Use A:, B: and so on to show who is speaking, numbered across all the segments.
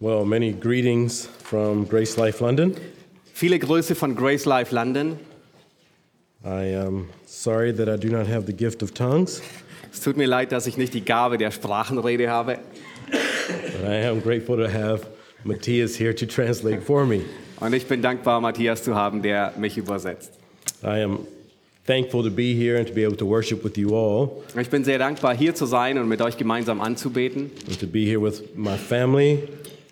A: Well, many greetings from Grace Life London.
B: Viele Grüße von Grace Life London.
A: I am sorry that I do not have the gift of tongues,
B: Es tut mir leid, dass ich nicht die Gabe der Sprachenrede habe.
A: but I am grateful to have Matthias here to translate for me.
B: Und ich bin dankbar, Matthias zu haben, der mich übersetzt.
A: I am thankful to be here and to be able to worship with you all
B: Ich bin sehr dankbar, hier zu sein und mit euch gemeinsam anzubeten
A: and to be here with my family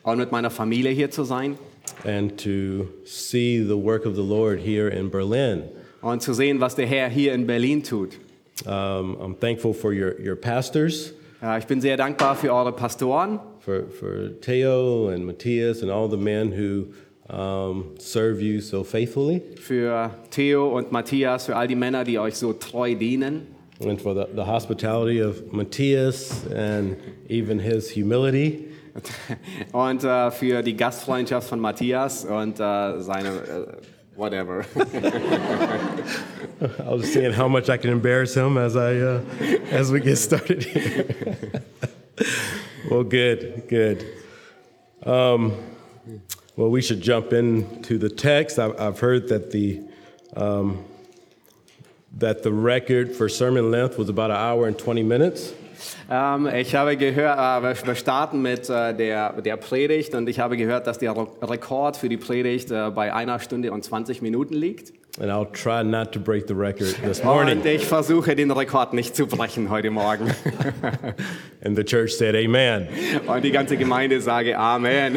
B: und mit meiner Familie hier zu sein
A: and to see the work of the Lord here in Berlin.
B: und zu sehen, was der Herr hier in Berlin tut.
A: Um, I'm thankful for your, your pastors,
B: Ja, Ich bin sehr dankbar für eure Pastoren,
A: for, for Teo and Matthias and all the men who um, serve you so faithfully.
B: für Theo und Matthias, für all die Männer, die euch so treu dienen
A: and for the, the hospitality of Matthias and even his humility.
B: und äh, für die Gastfreundschaft von Matthias und äh, seine äh, whatever.
A: I was seeing how much I can embarrass him as I uh, as we get started here. well, good, good. Um, well, we should jump into the text. I've, I've heard that the um, that the record for sermon length was about an hour and twenty minutes.
B: Ähm, ich habe gehört, äh, wir- wir starten mit äh, der, der Predigt und ich habe gehört, dass der Ro- Rekord für die Predigt äh, bei einer Stunde und 20 Minuten liegt.
A: And I'll try not to break the record this
B: Und
A: morning.
B: ich versuche, den Rekord nicht zu brechen heute Morgen.
A: And the church said, "Amen."
B: Und die ganze Gemeinde sage Amen.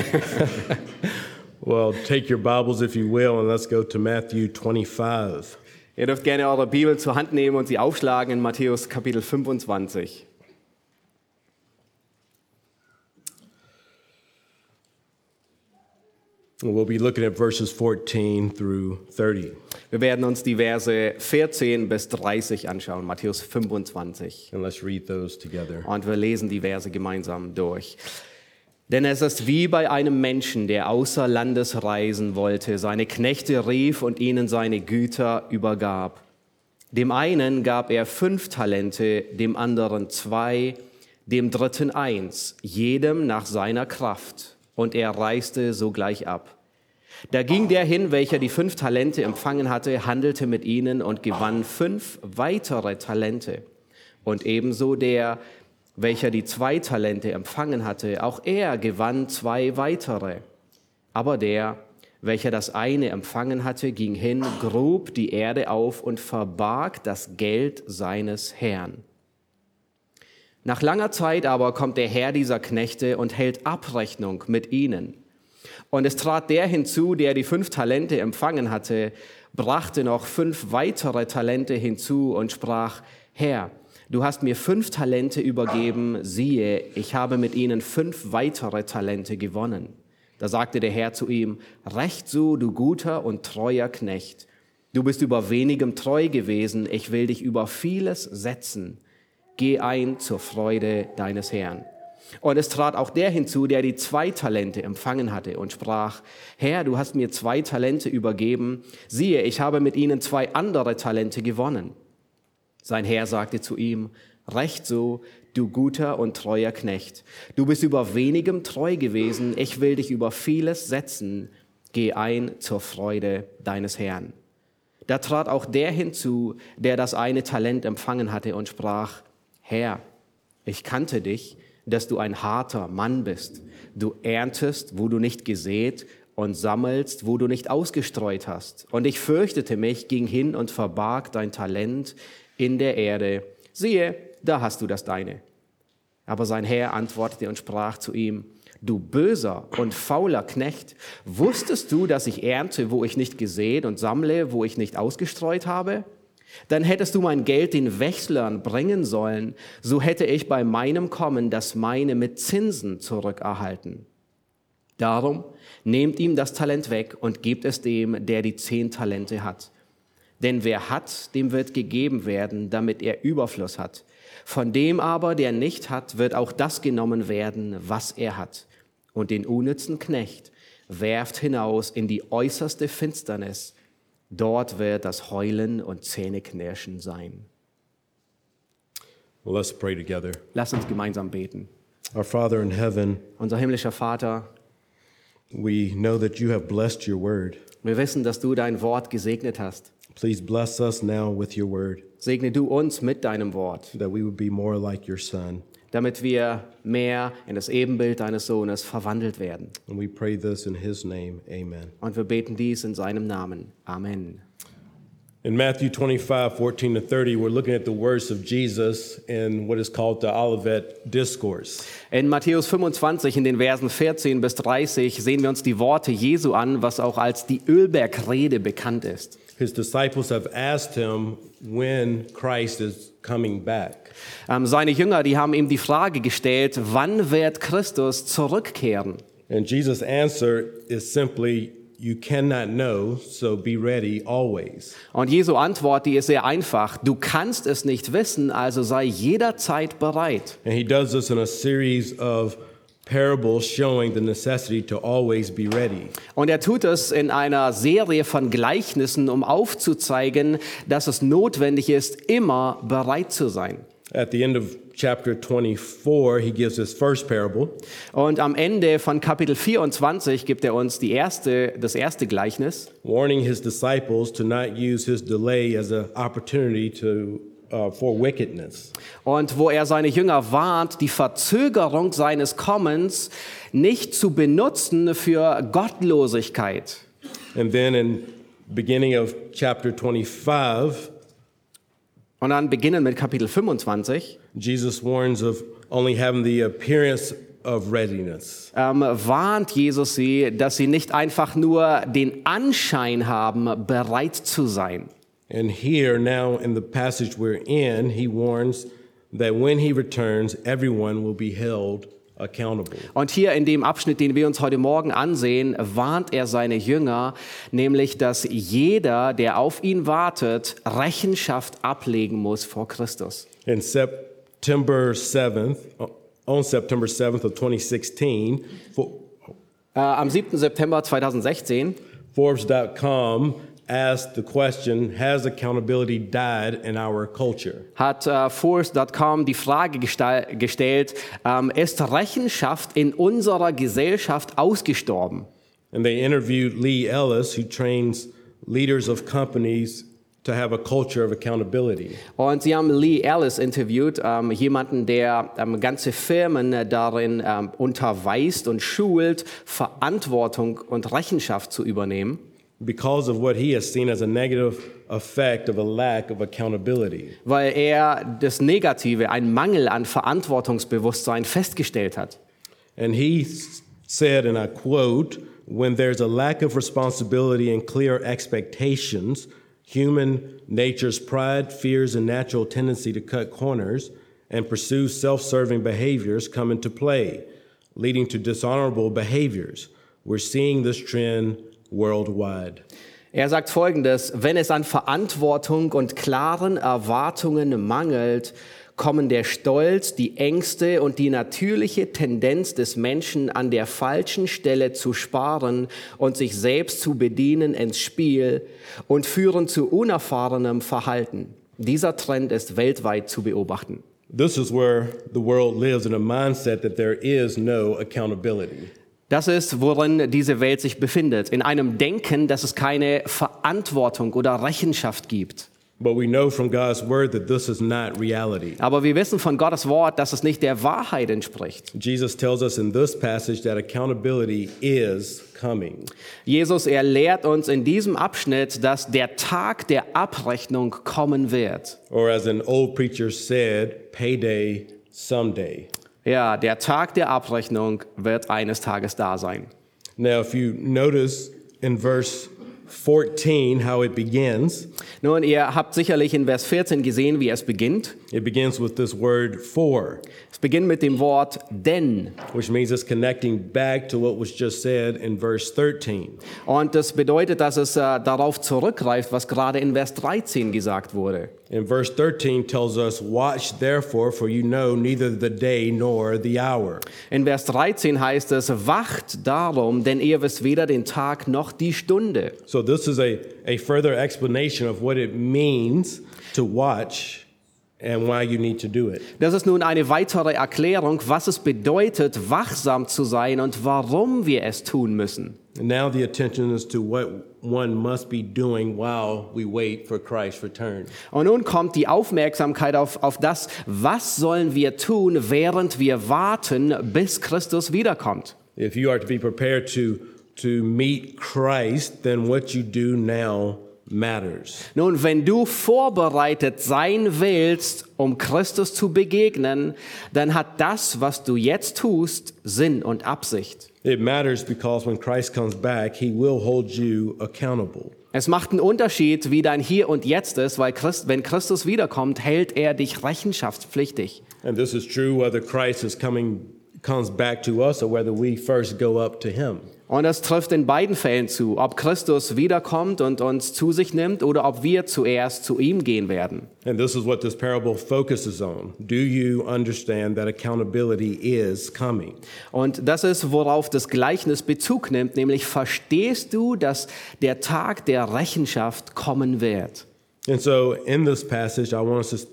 A: Well, take your Bibles if you will, and let's go to Matthew 25.
B: Ihr dürft gerne eure Bibel zur Hand nehmen und sie aufschlagen in Matthäus Kapitel 25.
A: And we'll be looking at verses 14 through 30.
B: Wir werden uns die Verse 14 bis 30 anschauen, Matthäus 25.
A: And let's read those together.
B: Und wir lesen die Verse gemeinsam durch. Denn es ist wie bei einem Menschen, der außer Landes reisen wollte, seine Knechte rief und ihnen seine Güter übergab. Dem einen gab er fünf Talente, dem anderen zwei, dem dritten eins, jedem nach seiner Kraft. Und er reiste sogleich ab. Da ging der hin, welcher die fünf Talente empfangen hatte, handelte mit ihnen und gewann fünf weitere Talente. Und ebenso der, welcher die zwei Talente empfangen hatte, auch er gewann zwei weitere. Aber der, welcher das eine empfangen hatte, ging hin, grub die Erde auf und verbarg das Geld seines Herrn. Nach langer Zeit aber kommt der Herr dieser Knechte und hält Abrechnung mit ihnen. Und es trat der hinzu, der die fünf Talente empfangen hatte, brachte noch fünf weitere Talente hinzu und sprach, Herr, du hast mir fünf Talente übergeben, siehe, ich habe mit ihnen fünf weitere Talente gewonnen. Da sagte der Herr zu ihm, Recht so, du guter und treuer Knecht. Du bist über wenigem treu gewesen, ich will dich über vieles setzen. Geh ein zur Freude deines Herrn. Und es trat auch der hinzu, der die zwei Talente empfangen hatte und sprach, Herr, du hast mir zwei Talente übergeben, siehe, ich habe mit ihnen zwei andere Talente gewonnen. Sein Herr sagte zu ihm, Recht so, du guter und treuer Knecht, du bist über wenigem treu gewesen, ich will dich über vieles setzen, geh ein zur Freude deines Herrn. Da trat auch der hinzu, der das eine Talent empfangen hatte und sprach, Herr, ich kannte dich, dass du ein harter Mann bist. Du erntest, wo du nicht gesät und sammelst, wo du nicht ausgestreut hast. Und ich fürchtete mich, ging hin und verbarg dein Talent in der Erde. Siehe, da hast du das deine. Aber sein Herr antwortete und sprach zu ihm, Du böser und fauler Knecht, wusstest du, dass ich ernte, wo ich nicht gesät und sammle, wo ich nicht ausgestreut habe? Dann hättest du mein Geld den Wechslern bringen sollen, so hätte ich bei meinem Kommen das meine mit Zinsen zurückerhalten. Darum nehmt ihm das Talent weg und gebt es dem, der die zehn Talente hat. Denn wer hat, dem wird gegeben werden, damit er Überfluss hat. Von dem aber, der nicht hat, wird auch das genommen werden, was er hat. Und den unnützen Knecht werft hinaus in die äußerste Finsternis. Dort wird das Heulen und Zähneknirschen sein.
A: Well, let's pray together.
B: Lass uns gemeinsam beten.
A: Our Father in heaven,
B: Unser himmlischer Vater,
A: We know that you have blessed your word.
B: Wir wissen, dass du dein Wort gesegnet hast.
A: Please bless us now with your word,
B: Segne du uns mit deinem Wort,
A: that we would be more like your son.
B: damit wir mehr in das Ebenbild deines Sohnes verwandelt werden.
A: And we pray this in his name. Amen.
B: Und wir beten dies in seinem Namen. Amen.
A: In Matthew 25, 14 to 30, we're looking at the words of Jesus in what is called the Olivet Discourse.
B: In Matthäus 25 in den Versen 14 bis 30 sehen wir uns die Worte Jesu an, was auch als die Ölbergrede bekannt ist.
A: His disciples have asked him when Christ is coming back.
B: Ähm, Seine Jünger, die haben ihm die Frage gestellt, wann wird Christus zurückkehren?
A: And Jesus' answer is simply, You cannot know, so be ready always.
B: Und Jesu Antwort, die ist sehr einfach. Du kannst es nicht wissen, also sei jederzeit bereit.
A: And he does this in a series of parables showing the necessity to always be ready.
B: Und er tut es in einer Serie von Gleichnissen, um aufzuzeigen, dass es notwendig ist, immer bereit zu sein.
A: At the end of chapter 24, he gives his first parable.
B: Und am Ende von Kapitel 24 gibt er uns die erste, das erste Gleichnis.
A: warning his disciples to not use his delay as an opportunity to uh, for wickedness.
B: Und wo er seine Jünger warnt, die Verzögerung seines Kommens nicht zu benutzen für Gottlosigkeit.
A: And then in beginning of chapter 25,
B: Und dann beginnen mit Kapitel 25,
A: Jesus warns of only having the appearance of readiness.
B: ähm, warnt Jesus sie, dass sie nicht einfach nur den Anschein haben, bereit zu sein.
A: And here now in the passage we're in, he warns that when he returns, everyone will be held accountable.
B: Und hier in dem Abschnitt, den wir uns heute Morgen ansehen, warnt er seine Jünger, nämlich, dass jeder, der auf ihn wartet, Rechenschaft ablegen muss vor Christus.
A: In September 7th, on September 7th of 2016, for,
B: Äh, am 7. September 2016
A: Forbes.com asked the question Has accountability died in our culture?
B: hat äh, Force.com die Frage gestall- gestellt, ähm, ist Rechenschaft in unserer Gesellschaft ausgestorben?
A: And they interviewed Lee Ellis, who trains leaders of companies to have a culture of accountability.
B: Und sie haben Lee Ellis interviewt, ähm, jemanden, der ähm, ganze Firmen äh, darin ähm, unterweist und schult, Verantwortung und Rechenschaft zu übernehmen.
A: Because of what he has seen as a negative effect of a lack of accountability.
B: Weil er das Negative, einen Mangel an Verantwortungsbewusstsein festgestellt hat.
A: And he s- said, and I quote, when there's a lack of responsibility and clear expectations, human nature's pride, fears, and natural tendency to cut corners and pursue self serving behaviors come into play, leading to dishonorable behaviors. We're seeing this trend worldwide.
B: Er sagt folgendes, wenn es an Verantwortung und klaren Erwartungen mangelt, kommen der Stolz, die Ängste und die natürliche Tendenz des Menschen an der falschen Stelle zu sparen und sich selbst zu bedienen ins Spiel und führen zu unerfahrenem Verhalten. Dieser Trend ist weltweit zu beobachten.
A: This is where the world lives in a mindset that there is no accountability.
B: Das ist, worin diese Welt sich befindet, in einem Denken, dass es keine Verantwortung oder Rechenschaft gibt.
A: But we know from God's word that this is not reality.
B: Aber wir wissen von Gottes Wort, dass es nicht der Wahrheit entspricht.
A: Jesus tells us in this passage that accountability is coming.
B: Jesus, er lehrt uns in diesem Abschnitt, dass der Tag der Abrechnung kommen wird.
A: Or as an old preacher said, payday someday.
B: Ja, der Tag der Abrechnung wird eines Tages da sein.
A: Now, if you notice in verse 14 how it begins,
B: Nun, ihr habt sicherlich in Vers 14 gesehen, wie es beginnt.
A: it begins with this word for,
B: Es beginnt mit dem Wort denn.
A: which means it's connecting back to what was just said in verse 13.
B: Und das bedeutet, dass es äh, darauf zurückgreift, was gerade in Vers 13 gesagt wurde.
A: And verse 13 tells us, Watch therefore, for you know neither the day nor the hour.
B: In Vers 13 heißt es, wacht darum, denn ihr wisst weder den Tag noch die Stunde.
A: So, this is a, a further explanation of what it means to watch and why you need to do it.
B: Das ist nun eine weitere Erklärung, was es bedeutet, wachsam zu sein und warum wir es tun müssen.
A: Now the attention is to what one must be doing while we wait for Christ's return.
B: Und nun kommt die Aufmerksamkeit auf, auf das, was sollen wir tun, während wir warten, bis Christus wiederkommt.
A: If you are to be prepared to to meet Christ, then what you do now matters.
B: Nun, wenn du vorbereitet sein willst, um Christus zu begegnen, dann hat das, was du jetzt tust, Sinn und Absicht.
A: It matters because when Christ comes back, he will hold you accountable.
B: Es macht einen Unterschied, wie dein Hier und Jetzt ist, weil Christ, wenn Christus wiederkommt, hält er dich rechenschaftspflichtig.
A: And this is true whether Christ is coming comes back to us or whether we first go up to him.
B: Und das trifft in beiden Fällen zu, ob Christus wiederkommt und uns zu sich nimmt oder ob wir zuerst zu ihm gehen werden.
A: And this is what this parable focuses on. Do you understand that accountability is coming?
B: Und das ist, worauf das Gleichnis Bezug nimmt, nämlich verstehst du, dass der Tag der Rechenschaft kommen wird.
A: And so in this passage, I want us to,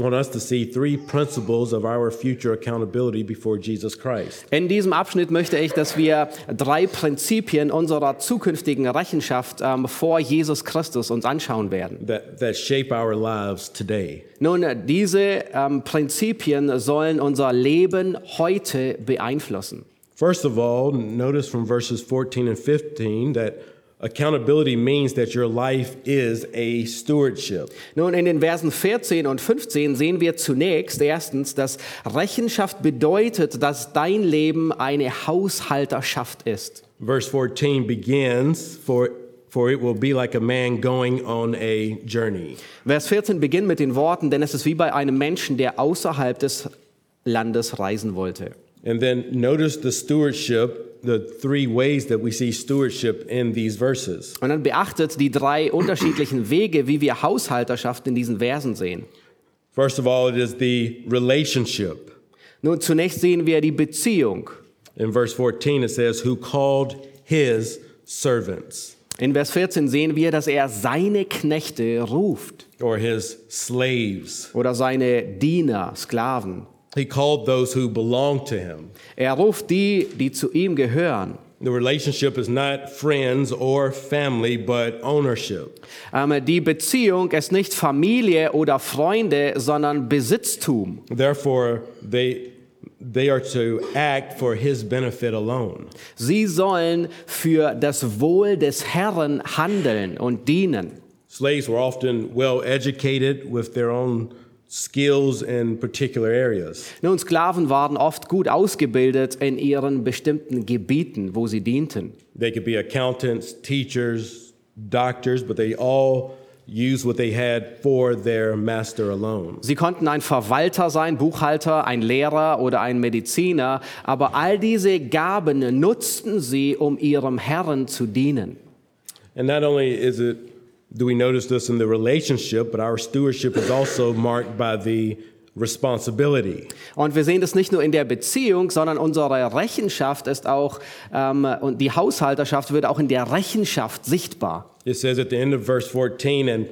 A: want us to see three principles of our future accountability before Jesus Christ.
B: In diesem Abschnitt möchte ich, dass wir drei Prinzipien unserer zukünftigen Rechenschaft ähm, vor Jesus Christus uns anschauen werden.
A: that, that shape our lives today.
B: Nun, diese ähm, Prinzipien sollen unser Leben heute beeinflussen.
A: First of all, notice from verses 14 and 15 that accountability means that your life is a stewardship.
B: Nun, in den Versen 14 und 15 sehen wir zunächst erstens, dass Rechenschaft bedeutet, dass dein Leben eine Haushalterschaft ist.
A: Verse 14 begins, for, for it will be like a man going on a journey.
B: Vers 14 beginnt mit den Worten, denn es ist wie bei einem Menschen, der außerhalb des Landes reisen wollte.
A: And then notice the stewardship, the three ways that we see stewardship in these verses.
B: Und dann beachtet die drei unterschiedlichen Wege, wie wir Haushalterschaft in diesen Versen sehen.
A: First of all, it is the relationship.
B: Nun, zunächst sehen wir die Beziehung.
A: In verse 14, it says, Who called his servants.
B: In Vers 14 sehen wir, dass er seine Knechte ruft
A: or his slaves.
B: oder seine Diener, Sklaven.
A: He called those who belong to him.
B: Er ruft die, die zu ihm gehören.
A: The relationship is not friends or family, but ownership.
B: Ähm, die Beziehung ist nicht Familie oder Freunde, sondern Besitztum.
A: Therefore, they they are to act for his benefit alone.
B: Sie sollen für das Wohl des Herrn handeln und dienen.
A: Slaves were often well educated with their own skills in particular areas.
B: Nun, Sklaven waren oft gut ausgebildet in ihren bestimmten Gebieten, wo sie dienten.
A: They could be accountants, teachers, doctors, but they all used what they had for their master alone.
B: Sie konnten ein Verwalter sein, Buchhalter, ein Lehrer oder ein Mediziner, aber all diese Gaben nutzten sie, um ihrem Herrn zu dienen.
A: And not only is it do we notice this in the relationship, but our stewardship is also marked by the responsibility.
B: Und wir sehen das nicht nur in der Beziehung, sondern unsere Rechenschaft ist auch, ähm, und die Haushalterschaft wird auch in der Rechenschaft sichtbar.
A: It says at the end of verse 14, and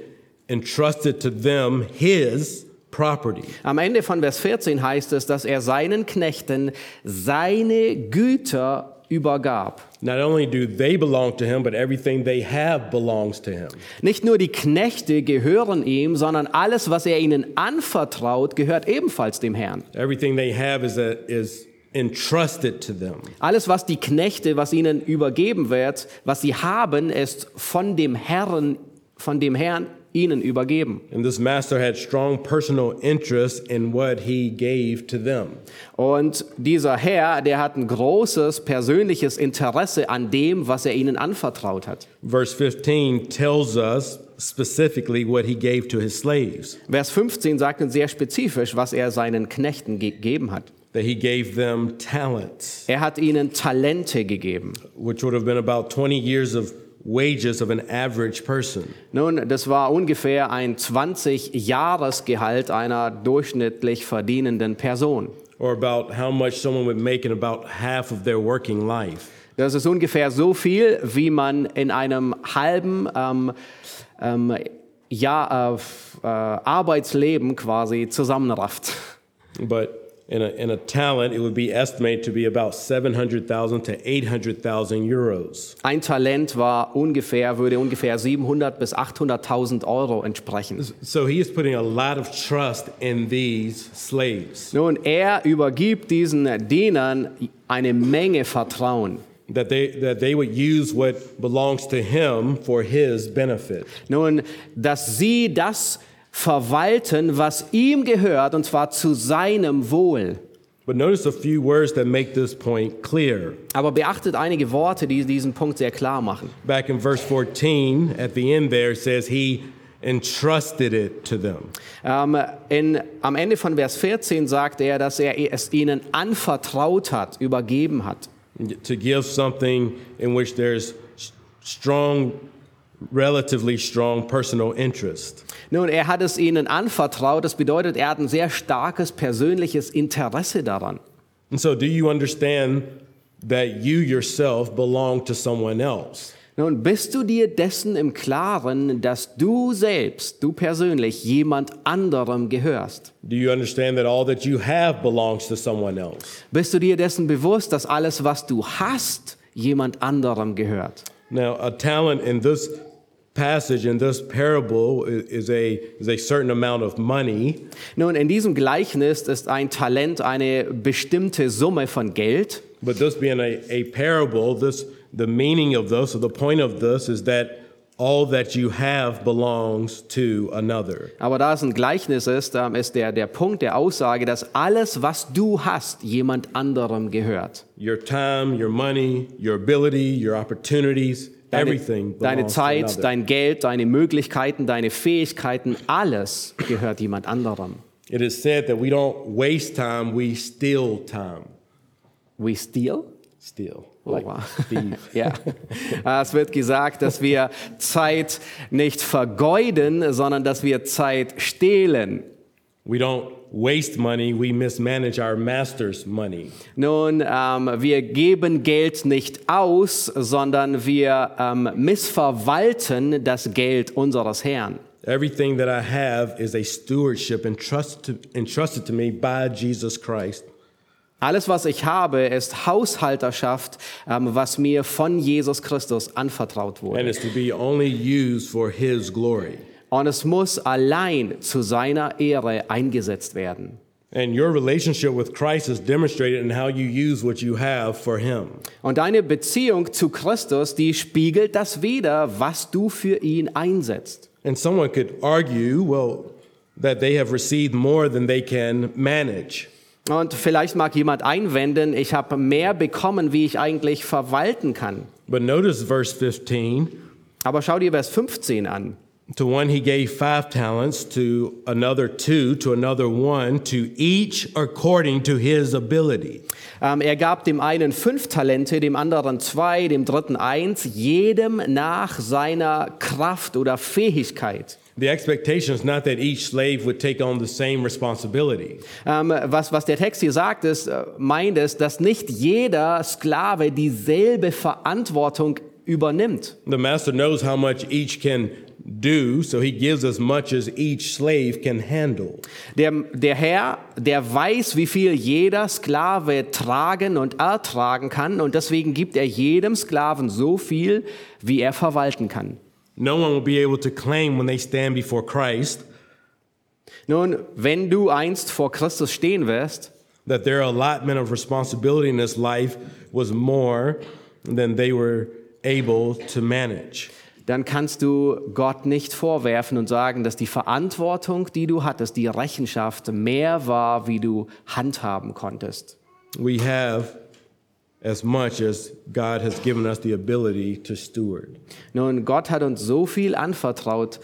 A: entrusted to them his property.
B: Am Ende von Vers 14 heißt es, dass er seinen Knechten seine Güter übergab.
A: Not only do they belong to him, but everything they have belongs to him.
B: Nicht nur die Knechte gehören ihm, sondern alles, was er ihnen anvertraut, gehört ebenfalls dem Herrn.
A: Everything they have is, a, is entrusted to them.
B: Alles, was die Knechte, was ihnen übergeben wird, was sie haben, ist von dem Herrn, von dem Herrn ihnen übergeben.
A: And this master had strong personal interest in what he gave to them.
B: Und dieser Herr, der hat ein großes persönliches Interesse an dem, was er ihnen anvertraut hat.
A: Verse 15 tells us specifically what he gave to his slaves.
B: Vers 15 sagt uns sehr spezifisch, was er seinen Knechten gegeben hat.
A: that he gave them talents,
B: Er hat ihnen Talente gegeben.
A: which would have been about 20 years of wages of an average person.
B: Nun, das war ungefähr ein 20-Jahresgehalt einer durchschnittlich verdienenden Person.
A: Or about how much someone would make in about half of their working life.
B: Das ist ungefähr so viel, wie man in einem halben ähm, ähm, ja, äh, f- äh, Arbeitsleben quasi zusammenrafft.
A: But in a, in a talent, it would be estimated to be about 700,000 to 800,000 euros.
B: Ein Talent war ungefähr, würde ungefähr 700 bis 800.000 Euro entsprechen.
A: So he is putting a lot of trust in these slaves
B: Nun, er übergibt diesen Dienern eine Menge Vertrauen.
A: that they, that they would use what belongs to him for his benefit.
B: Nun, dass sie das verwalten, was ihm gehört, und zwar zu seinem Wohl.
A: But notice a few words that make this point clear.
B: Aber beachtet einige Worte, die diesen Punkt sehr klar machen.
A: Back in verse 14, at the end there, it says he entrusted it to them.
B: Ähm, in, am Ende von Vers 14 sagt er, dass er es ihnen anvertraut hat, übergeben hat.
A: to give something in which there's s- strong, relatively strong personal interest.
B: Nun, er hat es ihnen anvertraut. Das bedeutet, er hat ein sehr starkes persönliches Interesse daran.
A: And so, do you understand that you yourself belong to someone else?
B: Nun, bist du dir dessen im Klaren, dass du selbst, du persönlich, jemand anderem gehörst?
A: Do you understand that all that you have belongs to someone else?
B: Bist du dir dessen bewusst, dass alles, was du hast, jemand anderem gehört?
A: Now, a talent in this passage, in this parable, i- is a, is a certain amount of money,
B: Nun, in diesem Gleichnis ist ein Talent eine bestimmte Summe von Geld.
A: but this being a, a parable, this the meaning of this, or the point of this, is that all that you have belongs to another.
B: Aber da es ein Gleichnis ist, ähm, ist der, der Punkt der Aussage, dass alles, was du hast, jemand anderem gehört.
A: Your time, your money, your ability, your opportunities,
B: Deine,
A: everything
B: deine
A: belongs to
B: Zeit,
A: another.
B: dein Geld, deine Möglichkeiten, deine Fähigkeiten, alles gehört jemand anderem.
A: It is said that we don't waste time, we steal time.
B: We steal?
A: Steal.
B: Oh,
A: Like
B: wow.
A: Steve.
B: Ja. Äh, Es wird gesagt, dass wir Zeit nicht vergeuden, sondern dass wir Zeit stehlen.
A: We don't waste money, we mismanage our master's money.
B: Nun, ähm, wir geben Geld nicht aus, sondern wir ähm, missverwalten das Geld unseres Herrn.
A: Everything that I have is a stewardship entrusted to, entrusted to me by Jesus Christ.
B: Alles, was ich habe, ist Haushalterschaft, ähm, was mir von Jesus Christus anvertraut
A: And
B: wurde.
A: it's to be only used for his glory.
B: Und es muss allein zu seiner Ehre eingesetzt werden.
A: And your relationship with Christ is demonstrated in how you use what you have for him.
B: Und deine Beziehung zu Christus, die spiegelt das wider, was du für ihn einsetzt.
A: And someone could argue, well, that they have received more than they can manage.
B: Und vielleicht mag jemand einwenden, ich habe mehr bekommen, wie ich eigentlich verwalten kann.
A: But notice verse 15
B: Aber schau dir Vers 15 an.
A: to one he gave five talents, to another two, to another one, to each according to his ability.
B: Ähm, er gab dem einen fünf Talente, dem anderen zwei, dem dritten eins, jedem nach seiner Kraft oder Fähigkeit.
A: The expectation is not that each slave would take on the same responsibility,
B: Ähm, was, was der Text hier sagt, ist, äh, meint es, dass nicht jeder Sklave dieselbe Verantwortung übernimmt.
A: The master knows how much each can do, so he gives as much as each slave can handle.
B: Der, der Herr, der weiß, wie viel jeder Sklave tragen und ertragen kann und deswegen gibt er jedem Sklaven so viel, wie er verwalten kann.
A: No one will be able to claim when they stand before Christ
B: Nun, wenn du einst vor Christus stehen wirst,
A: that their allotment of responsibility in this life was more than they were able to manage.
B: dann kannst du Gott nicht vorwerfen und sagen, dass die Verantwortung, die du hattest, die Rechenschaft mehr war, wie du handhaben konntest.
A: We have as much as God has given us the ability to steward.
B: Nun, Gott hat uns so viel anvertraut,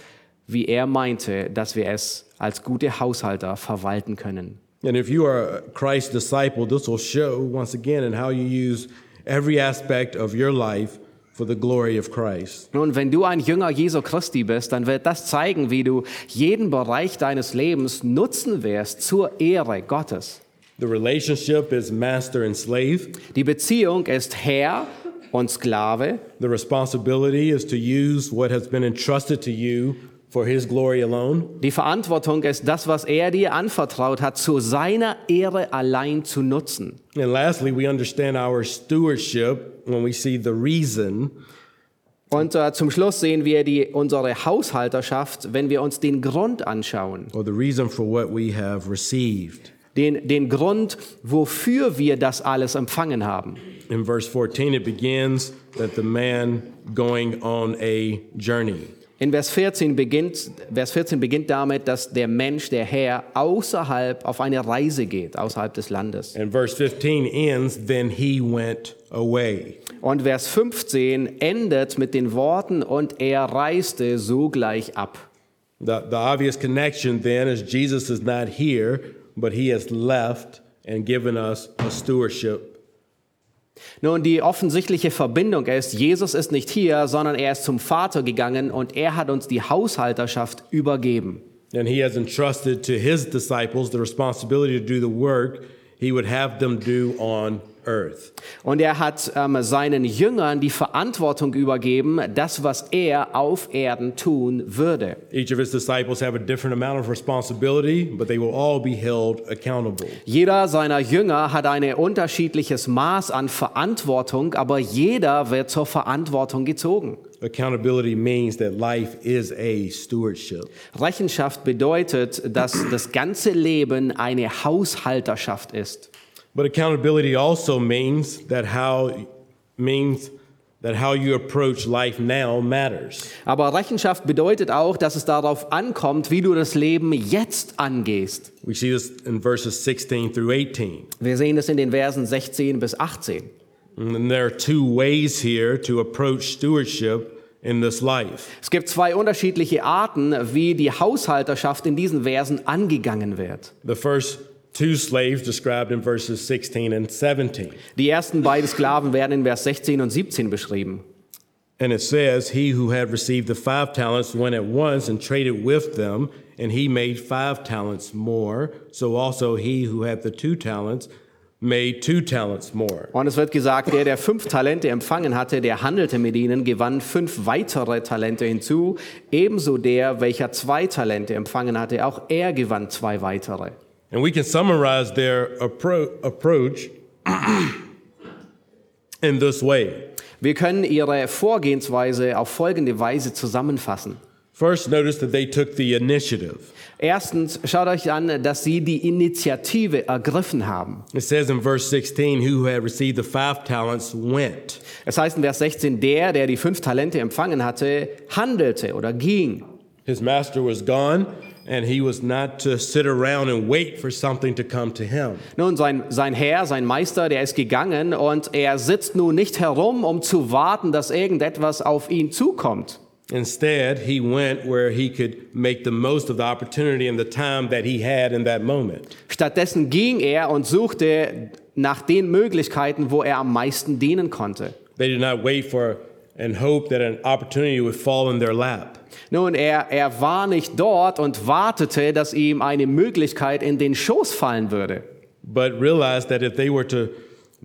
B: wie er meinte, dass wir es als gute Haushalter verwalten können.
A: And if you are a Christ disciple, this will show once again in how you use every aspect of your life for the glory of Christ.
B: Nun, wenn du ein Jünger Jesu Christi bist, dann wird das zeigen, wie du jeden Bereich deines Lebens nutzen wirst zur Ehre Gottes.
A: The relationship is master and slave.
B: Die Beziehung ist Herr und Sklave
A: The responsibility is to use what has been entrusted to you for his glory alone.
B: Die Verantwortung ist, das, was er dir anvertraut hat, zu seiner Ehre allein zu nutzen.
A: And lastly, we understand our stewardship when we see the reason
B: Und äh, zum Schluss sehen wir die, unsere Haushalterschaft, wenn wir uns den Grund anschauen.
A: or the reason for what we have received.
B: Den, den Grund, wofür wir das alles empfangen haben.
A: In verse 14, it begins that the man going on a journey.
B: In Vers 14 beginnt, Vers 14 beginnt damit, dass der Mensch, der Herr, außerhalb auf eine Reise geht, außerhalb des Landes.
A: And verse 15 ends, then he went away.
B: Und Vers 15 endet mit den Worten, und er reiste sogleich ab.
A: The, the obvious connection then is Jesus is not here, but he has left and given us a stewardship.
B: Nun, die offensichtliche Verbindung ist, Jesus ist nicht hier, sondern er ist zum Vater gegangen und er hat uns die Haushalterschaft übergeben.
A: And he has entrusted to his disciples the responsibility to do the work he would have them do on earth.
B: Und er hat ähm, seinen Jüngern die Verantwortung übergeben, das, was er auf Erden tun würde.
A: Each of his disciples have a different amount of responsibility, but they will all be held accountable.
B: Jeder seiner Jünger hat ein unterschiedliches Maß an Verantwortung, aber jeder wird zur Verantwortung gezogen.
A: Accountability means that life is a stewardship.
B: Rechenschaft bedeutet, dass das ganze Leben eine Haushalterschaft ist.
A: But accountability also means that how means that how you approach life now matters.
B: Aber Rechenschaft bedeutet auch, dass es darauf ankommt, wie du das Leben jetzt angehst.
A: We see this in verses 16 through 18.
B: Wir sehen es in den Versen 16 bis 18.
A: And there are two ways here to approach stewardship in this life.
B: Es gibt zwei unterschiedliche Arten, wie die Haushalterschaft in diesen Versen angegangen wird.
A: The first two slaves described in verses 16 and 17.
B: Die ersten beiden Sklaven werden in Vers 16 und 17 beschrieben.
A: And it says, He who had received the five talents went at once and traded with them, and he made five talents more. So also he who had the two talents made two talents more.
B: Und es wird gesagt, der, der fünf Talente empfangen hatte, der handelte mit ihnen, gewann fünf weitere Talente hinzu. Ebenso der, welcher zwei Talente empfangen hatte, auch er gewann zwei weitere.
A: And we can summarize their appro- approach in this way.
B: Wir können ihre Vorgehensweise auf folgende Weise zusammenfassen.
A: First, notice that they took the initiative.
B: Erstens, schaut euch an, dass sie die Initiative ergriffen haben.
A: It says in verse 16, He who had received the five talents went.
B: Es heißt in Vers 16, der, der die fünf Talente empfangen hatte, handelte oder ging.
A: His master was gone, and he was not to sit around and wait for something to come to him.
B: Nun, sein, sein Herr, sein Meister, der ist gegangen und er sitzt nun nicht herum, um zu warten, dass irgendetwas auf ihn zukommt.
A: Instead, he went where he could make the most of the opportunity and the time that he had in that moment.
B: Stattdessen ging er und suchte nach den Möglichkeiten, wo er am meisten dienen konnte.
A: They did not wait for and hope that an opportunity would fall in their lap.
B: Nun, er, er war nicht dort und wartete, dass ihm eine Möglichkeit in den Schoß fallen würde.
A: but realized that if they were to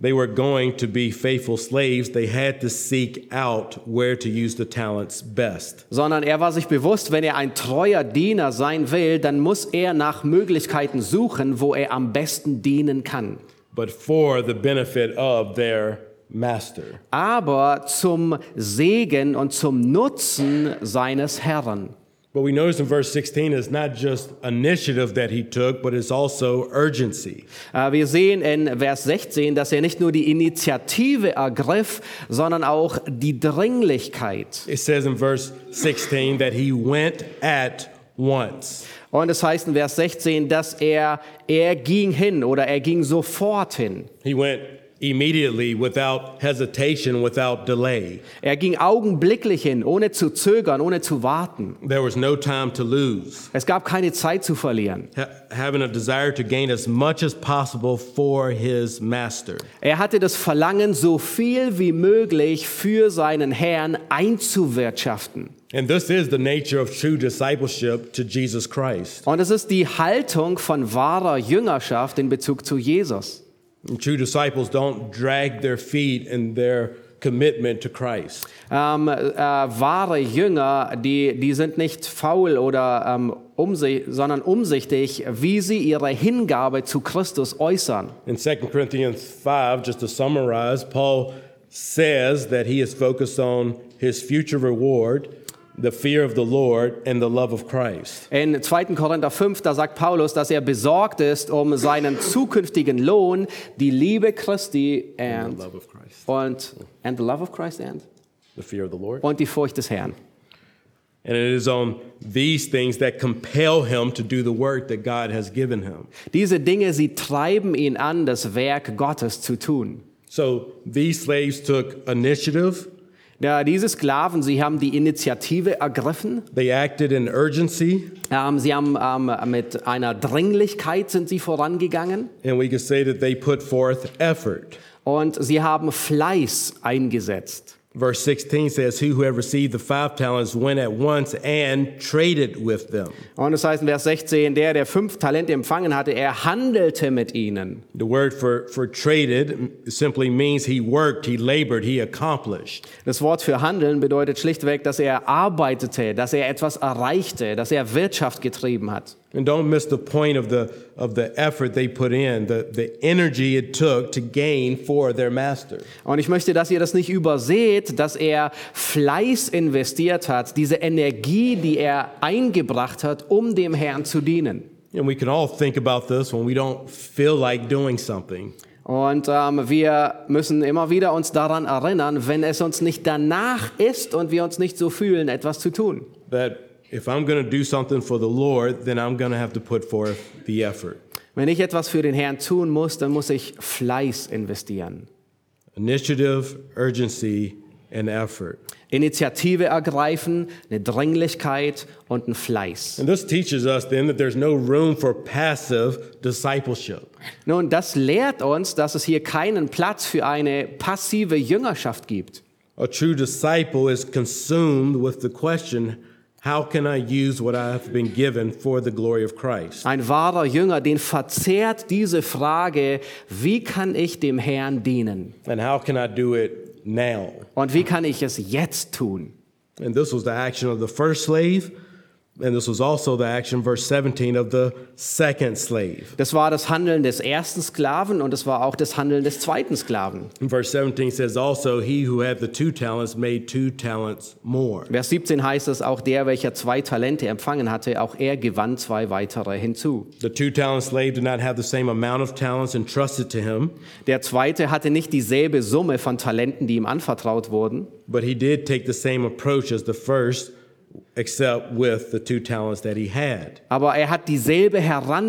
A: they were going to be faithful slaves they had to seek out where to use the talents best
B: sondern er war sich bewusst, wenn er ein treuer Diener sein will, dann muss er nach Möglichkeiten suchen, wo er am besten dienen kann.
A: but for the benefit of their master
B: Aber zum Segen und zum Nutzen seines Herrn.
A: but we notice in verse 16 it's not just initiative that he took but it's also urgency
B: Äh, Wir sehen in Vers 16, dass er nicht nur die Initiative ergriff, sondern auch die Dringlichkeit.
A: it says in verse 16 that he went at once
B: Und es heißt in Vers 16, dass er, er ging hin oder er ging sofort hin.
A: he went immediately without hesitation without delay
B: Er ging augenblicklich hin, ohne zu zögern, ohne zu warten.
A: there was no time to lose
B: Es gab keine Zeit zu verlieren.
A: ha- having a desire to gain as much as possible for his master.
B: Er hatte das Verlangen, so viel wie möglich für seinen Herrn einzuwirtschaften.
A: And this is the nature of true discipleship to Jesus Christ.
B: Und es ist die Haltung von wahrer Jüngerschaft in Bezug zu Jesus.
A: And true disciples don't drag their feet in their commitment to Christ.
B: Ähm, äh, wahre Jünger, die, die sind nicht faul oder ähm, umsi sondern umsichtig, wie sie ihre Hingabe zu Christus äußern.
A: In 2 Corinthians 5, just to summarize, Paul says that he is focused on his future reward, the fear of the Lord, and the love of Christ.
B: In 2. Korinther 5, da sagt Paulus, dass er besorgt ist um seinen zukünftigen Lohn, die Liebe Christi and,
A: love of Christ.
B: und and the love of Christ and,
A: The fear of the Lord.
B: und die Furcht des Herrn.
A: And it is on these things that compel him to do the work that God has given him.
B: Diese Dinge, sie treiben ihn an, das Werk Gottes zu tun.
A: So these slaves took initiative,
B: Ja, diese Sklaven, sie haben die Initiative ergriffen.
A: they acted in urgency,
B: Ähm, sie haben ähm, mit einer Dringlichkeit sind sie vorangegangen
A: and we could say that they put forth effort.
B: und sie haben Fleiß eingesetzt.
A: Verse 16 says, He who had received the five talents went at once and traded with them.
B: Und es heißt in Vers 16, der, der fünf Talente empfangen hatte, er handelte mit ihnen.
A: The word for, for traded simply means he worked, he labored, he accomplished.
B: Das Wort für handeln bedeutet schlichtweg, dass er arbeitete, dass er etwas erreichte, dass er Wirtschaft getrieben hat.
A: And don't miss the point of the, of the effort they put in, the, the energy it took to gain for their master.
B: Und ich möchte, dass ihr das nicht überseht, dass er Fleiß investiert hat, diese Energie, die er eingebracht hat, um dem Herrn zu dienen.
A: And we can all think about this when we don't feel like doing something.
B: Und ähm, wir müssen immer wieder uns daran erinnern, wenn es uns nicht danach ist und wir uns nicht so fühlen, etwas zu tun.
A: That if I'm going to do something for the Lord, then I'm going to have to put forth the effort.
B: Wenn ich etwas für den Herrn tun muss, dann muss ich Fleiß investieren.
A: Initiative, urgency, and effort.
B: Initiative ergreifen, eine Dringlichkeit und ein Fleiß.
A: And this teaches us then that there's no room for passive discipleship.
B: Nun, das lehrt uns, dass es hier keinen Platz für eine passive Jüngerschaft gibt.
A: A true disciple is consumed with the question, how can I use what I have been given for the glory of Christ?
B: Ein wahrer Jünger, den verzehrt diese Frage, wie kann ich dem Herrn dienen?
A: And how can I do it now?
B: Und wie kann ich es jetzt tun?
A: And this was the action of the first slave, and this was also the action, verse 17, of the second slave.
B: Das war das Handeln des ersten Sklaven und es war auch das Handeln des zweiten Sklaven.
A: And verse 17 says, Also, he who had the two talents made two talents more.
B: Vers 17 heißt es, auch der, welcher zwei Talente empfangen hatte, auch er gewann zwei weitere hinzu.
A: The two talent slave did not have the same amount of talents entrusted to him,
B: Der zweite hatte nicht dieselbe Summe von Talenten, die ihm anvertraut wurden,
A: but he did take the same approach as the first, except with the two talents that he had.
B: aber er hat dieselbe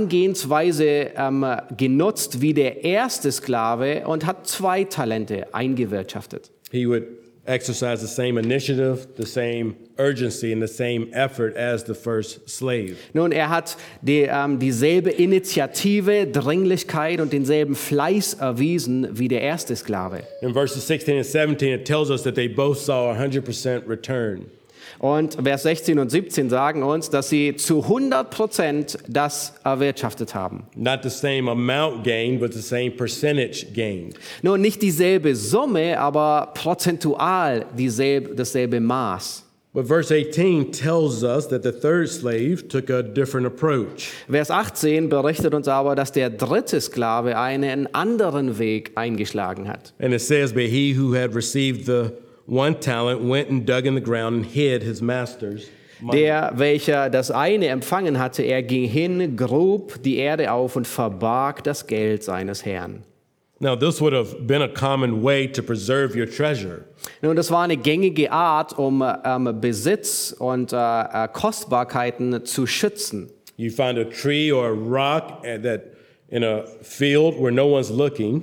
B: Herangehensweise ähm, genutzt wie der erste Sklave und hat zwei Talente eingewirtschaftet.
A: He would exercise the same initiative, the same urgency, and the same effort as the first slave.
B: Nun, er hat die, ähm, dieselbe Initiative, Dringlichkeit und denselben Fleiß erwiesen wie der erste Sklave.
A: In verses 16 and 17, it tells us that they both saw 100% return.
B: Und Vers 16 und 17 sagen uns, dass sie zu 100 Prozent das erwirtschaftet haben.
A: Not the same amount gained, but the same percentage gained.
B: Nun, nicht dieselbe Summe, aber prozentual dieselbe, dasselbe Maß.
A: But verse 18 tells us that the third slave took a different approach.
B: Vers 18 berichtet uns aber, dass der dritte Sklave einen anderen Weg eingeschlagen hat.
A: And it says, But he who had received the one talent went and dug in the ground and hid his master's. money.
B: Der, welcher das eine empfangen hatte, er ging hin, grub die Erde auf und verbarg das Geld seines Herrn.
A: Now, this would have been a common way to preserve your treasure.
B: Nun, das war eine gängige Art, um ähm, Besitz und äh, äh, Kostbarkeiten zu schützen.
A: You find a tree or a rock at that in a field where no one's looking.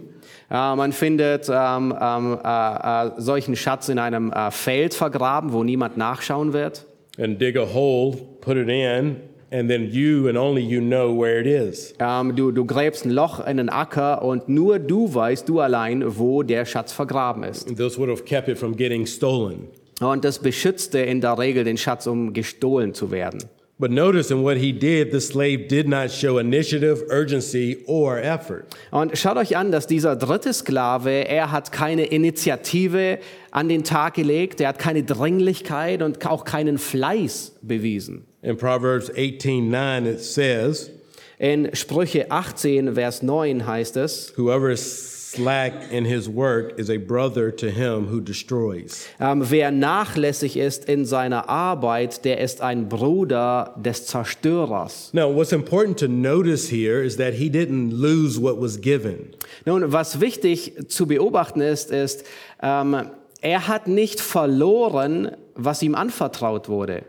B: Äh, man findet ähm, ähm, äh, äh, solchen Schatz in einem äh, Feld vergraben, wo niemand nachschauen wird.
A: and dig a hole, put it in, and then you and only you know where it is.
B: Ähm, du, du gräbst ein Loch in einen Acker und nur du weißt, du allein, wo der Schatz vergraben ist.
A: This would have kept it from getting stolen.
B: Und das beschützte in der Regel den Schatz, um gestohlen zu werden.
A: But notice in what he did, the slave did not show initiative, urgency, or effort.
B: Und schaut euch an, dass dieser dritte Sklave, er hat keine Initiative an den Tag gelegt, er hat keine Dringlichkeit und auch keinen Fleiß bewiesen.
A: In Proverbs 18:9 it says,
B: In Sprüche 18, Vers 9 heißt es,
A: Whoever is slack in his work is a brother to him who destroys.
B: ähm, wer nachlässig ist in seiner Arbeit, der ist ein Bruder des Zerstörers.
A: Now, what's important to notice here is that he didn't lose what was given.
B: Nun, was wichtig zu beobachten ist, ist, ähm, er hat nicht verloren, was ihm anvertraut wurde.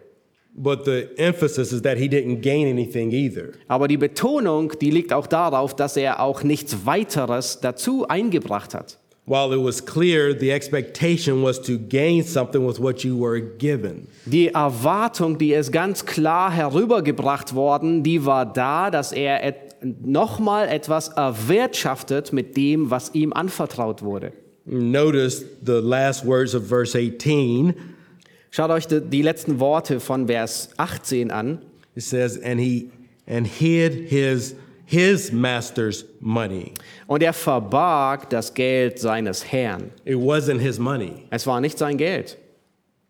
A: But the emphasis is that he didn't gain anything either.
B: Aber die Betonung, die liegt auch darauf, dass er auch nichts weiteres dazu eingebracht hat.
A: While it was clear the expectation was to gain something with what you were given.
B: Die Erwartung, die ist ganz klar herübergebracht worden, die war da, dass er et nochmal etwas erwirtschaftet mit dem, was ihm anvertraut wurde.
A: Notice the last words of verse 18.
B: Schaut euch die, die letzten Worte von Vers 18 an.
A: It says, and he and hid his his master's money.
B: Und er verbarg das Geld seines Herrn.
A: It wasn't his money.
B: Es war nicht sein Geld.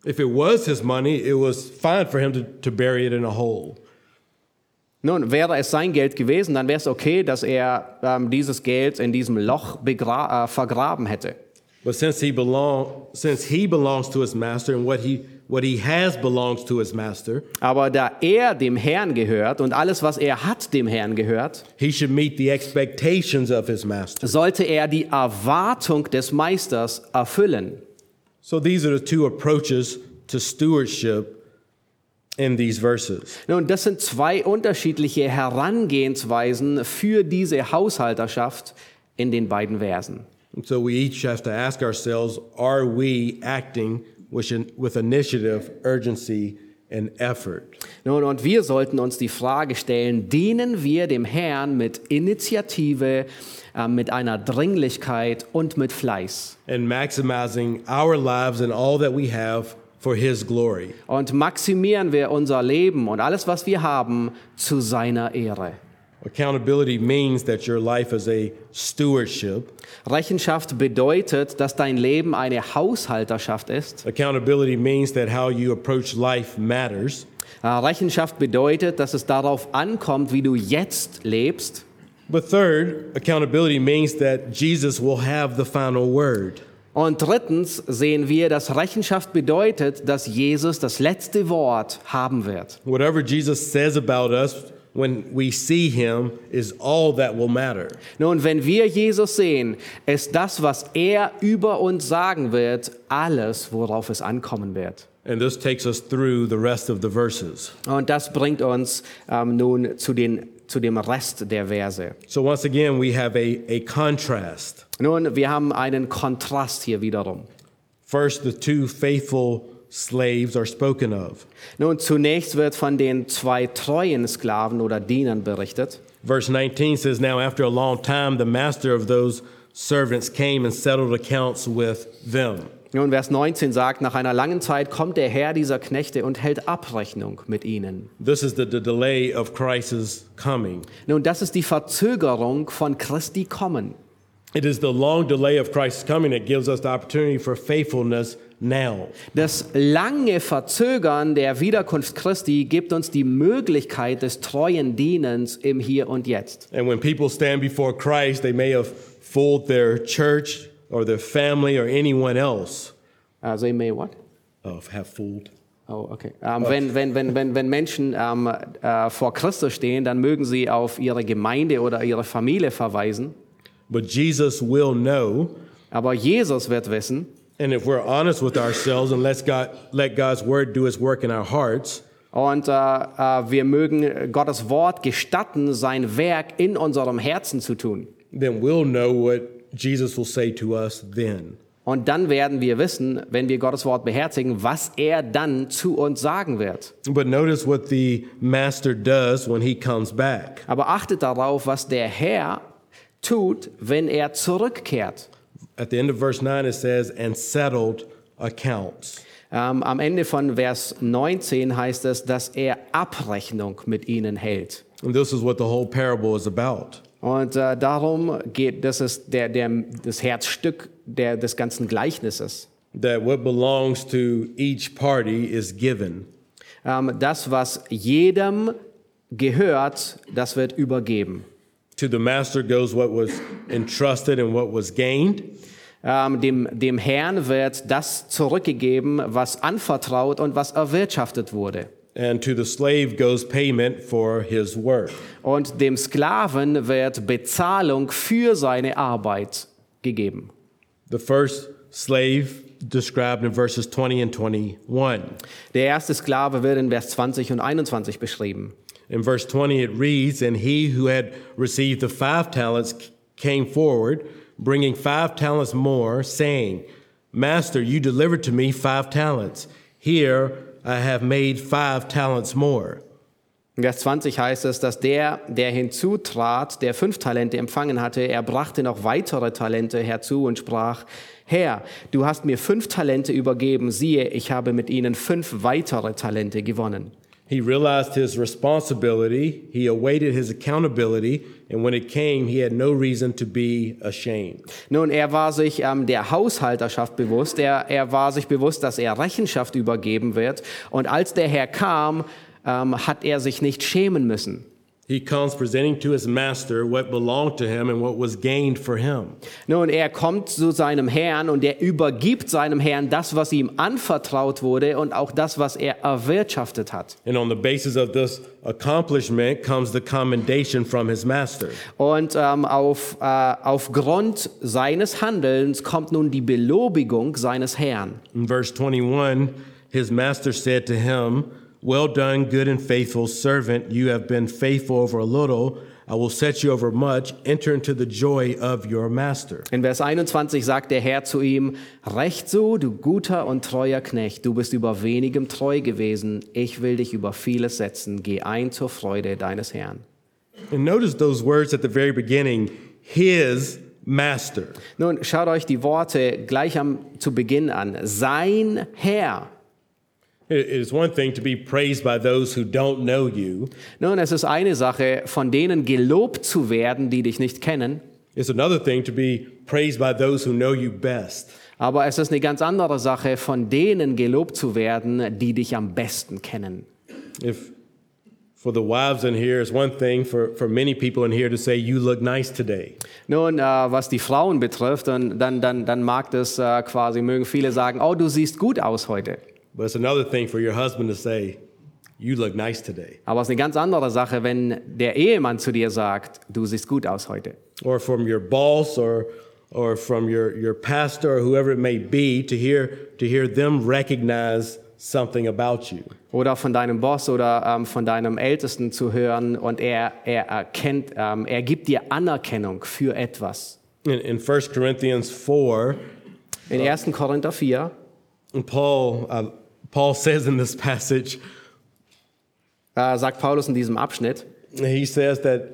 A: If it was his money, it was fine for him to, to bury it in a hole.
B: Nun, wäre es sein Geld gewesen, dann wäre es okay, dass er ähm, dieses Geld in diesem Loch begra- äh, vergraben hätte.
A: But since he belong since he belongs to his master and what he what he has belongs to his master,
B: Aber da er dem Herrn gehört und alles, was er hat, dem Herrn gehört,
A: he should meet the expectations of his master.
B: sollte er die Erwartung des Meisters erfüllen.
A: So these are the two approaches to stewardship in these verses.
B: Nun, das sind zwei unterschiedliche Herangehensweisen für diese Haushalterschaft in den beiden Versen.
A: And so we each have to ask ourselves, are we acting with, with initiative, urgency, and effort?
B: Nun, und wir sollten uns die Frage stellen, dienen wir dem Herrn mit Initiative, äh, mit einer Dringlichkeit und mit Fleiß
A: And maximizing our lives and all that we have for his glory.
B: und maximieren wir unser Leben und alles, was wir haben, zu seiner Ehre.
A: Accountability means that your life is a stewardship.
B: Rechenschaft bedeutet, dass dein Leben eine Haushalterschaft ist.
A: Accountability means that how you approach life matters.
B: Äh, Rechenschaft bedeutet, dass es darauf ankommt, wie du jetzt lebst.
A: But third, accountability means that Jesus will have the final word.
B: Und drittens sehen wir, dass Rechenschaft bedeutet, dass Jesus das letzte Wort haben wird.
A: Whatever Jesus says about us when we see him is all that will matter.
B: Nun, wenn wir Jesus sehen, ist das, was er über uns sagen wird, alles, worauf es ankommen wird.
A: And this takes us through the rest of the verses.
B: Und das bringt uns ähm, nun zu, den, zu dem Rest der Verse.
A: So once again, we have a, a contrast.
B: Nun, wir haben einen Kontrast hier wiederum.
A: First, the two faithful slaves are spoken of.
B: Nun, zunächst wird von den zwei treuen Sklaven oder Dienern berichtet.
A: Verse 19 says, Now after a long time, the master of those servants came and settled accounts with them.
B: Nun, Vers 19 sagt, nach einer langen Zeit kommt der Herr dieser Knechte und hält Abrechnung mit ihnen.
A: This is the, the delay of Christ's coming.
B: Nun, das ist die Verzögerung von Christi kommen.
A: It is the long delay of Christ's coming that gives us the opportunity for faithfulness now.
B: Das lange Verzögern der Wiederkunft Christi gibt uns die Möglichkeit des treuen Dienens im Hier und Jetzt.
A: And when people stand before Christ, they may have fooled their church or their family or anyone else.
B: Also im May what?
A: Of have fooled.
B: Oh, okay. Ähm, wenn, wenn, wenn, wenn, wenn Menschen ähm, äh, vor Christus stehen, dann mögen sie auf ihre Gemeinde oder ihre Familie verweisen.
A: But Jesus will know.
B: Aber Jesus wird wissen,
A: And if we're honest with ourselves and let God let God's word do its work in our hearts,
B: Und äh, äh, wir mögen Gottes Wort gestatten, sein Werk in unserem Herzen zu tun.
A: then we'll know what Jesus will say to us then.
B: Und dann werden wir wissen, wenn wir Gottes Wort beherzigen, was er dann zu uns sagen wird.
A: But notice what the master does when he comes back.
B: Aber achtet darauf, was der Herr tut, wenn er zurückkehrt.
A: At the end of verse 9 it says and settled accounts.
B: Ähm, am Ende von Vers 19 heißt es, dass er Abrechnung mit ihnen hält.
A: And this is what the whole parable is about.
B: Und äh, darum geht, das ist der, der, das Herzstück der, des ganzen Gleichnisses.
A: That what belongs to each party is given.
B: Ähm, das, was jedem gehört, das wird übergeben.
A: To the master goes what was entrusted and what was gained.
B: Ähm, dem, dem Herrn wird das zurückgegeben, was anvertraut und was erwirtschaftet wurde.
A: And to the slave goes payment for his work.
B: Und dem Sklaven wird Bezahlung für seine Arbeit gegeben.
A: The first slave described in verses 20 and 21.
B: Der erste Sklave wird in Vers 20 und 21 beschrieben.
A: In verse 20, it reads, And he who had received the five talents c- came forward, bringing five talents more, saying, Master, you delivered to me five talents. Here I have made five talents more.
B: In Vers 20 heißt es, dass der, der hinzutrat, der fünf Talente empfangen hatte, er brachte noch weitere Talente herzu und sprach, Herr, du hast mir fünf Talente übergeben, siehe, ich habe mit ihnen fünf weitere Talente gewonnen.
A: He realized his responsibility, he awaited his accountability, and when it came, he had no reason to be ashamed.
B: Nun, er war sich ähm, der Haushalterschaft bewusst, er, er war sich bewusst, dass er Rechenschaft übergeben wird und als der Herr kam, ähm, hat er sich nicht schämen müssen.
A: He comes presenting to his master what belonged to him and what was gained for him.
B: Nun, er kommt zu seinem Herrn und er übergibt seinem Herrn das, was ihm anvertraut wurde und auch das, was er erwirtschaftet hat.
A: And on the basis of this accomplishment comes the commendation from his master.
B: Und ähm, auf, äh, aufgrund seines Handelns kommt nun die Belobigung seines Herrn.
A: In verse 21, his master said to him, Well done, good and faithful servant. You have been faithful over a little. I will set you over much. Enter into the joy of your master.
B: In Vers 21 sagt der Herr zu ihm, Recht so, du guter und treuer Knecht, du bist über wenigem treu gewesen, ich will dich über vieles setzen, geh ein zur Freude deines Herrn.
A: And notice those words at the very beginning his master.
B: Nun, schaut euch die Worte gleich am, zu Beginn an. Sein Herr.
A: It it is one thing to be praised by those who don't know you,
B: Nun, es ist eine Sache, von denen gelobt zu werden, die dich nicht kennen,
A: it's another thing to be praised by those who know you best.
B: aber es ist eine ganz andere Sache, von denen gelobt zu werden, die dich am besten kennen.
A: If for the wives in here, it's one thing for, for many people in here to say, You look nice today.
B: Nun, äh, was die Frauen betrifft, dann, dann, dann, dann mag das äh, quasi, mögen viele sagen, oh, du siehst gut aus heute.
A: But it's another thing for your husband to say, You look nice today.
B: Aber es ist eine ganz andere Sache, wenn der Ehemann zu dir sagt, du siehst gut aus heute.
A: Or from your boss or or from your, your pastor or whoever it may be to hear to hear them recognize something about you.
B: Oder von deinem Boss oder ähm, von deinem Ältesten zu hören und er, er erkennt, ähm, er gibt dir Anerkennung für etwas.
A: In, in 1 Corinthians 4,
B: In 1. Korinther 4,
A: Paul uh, Paul says in this passage,
B: äh, sagt Paulus in diesem Abschnitt,
A: he says that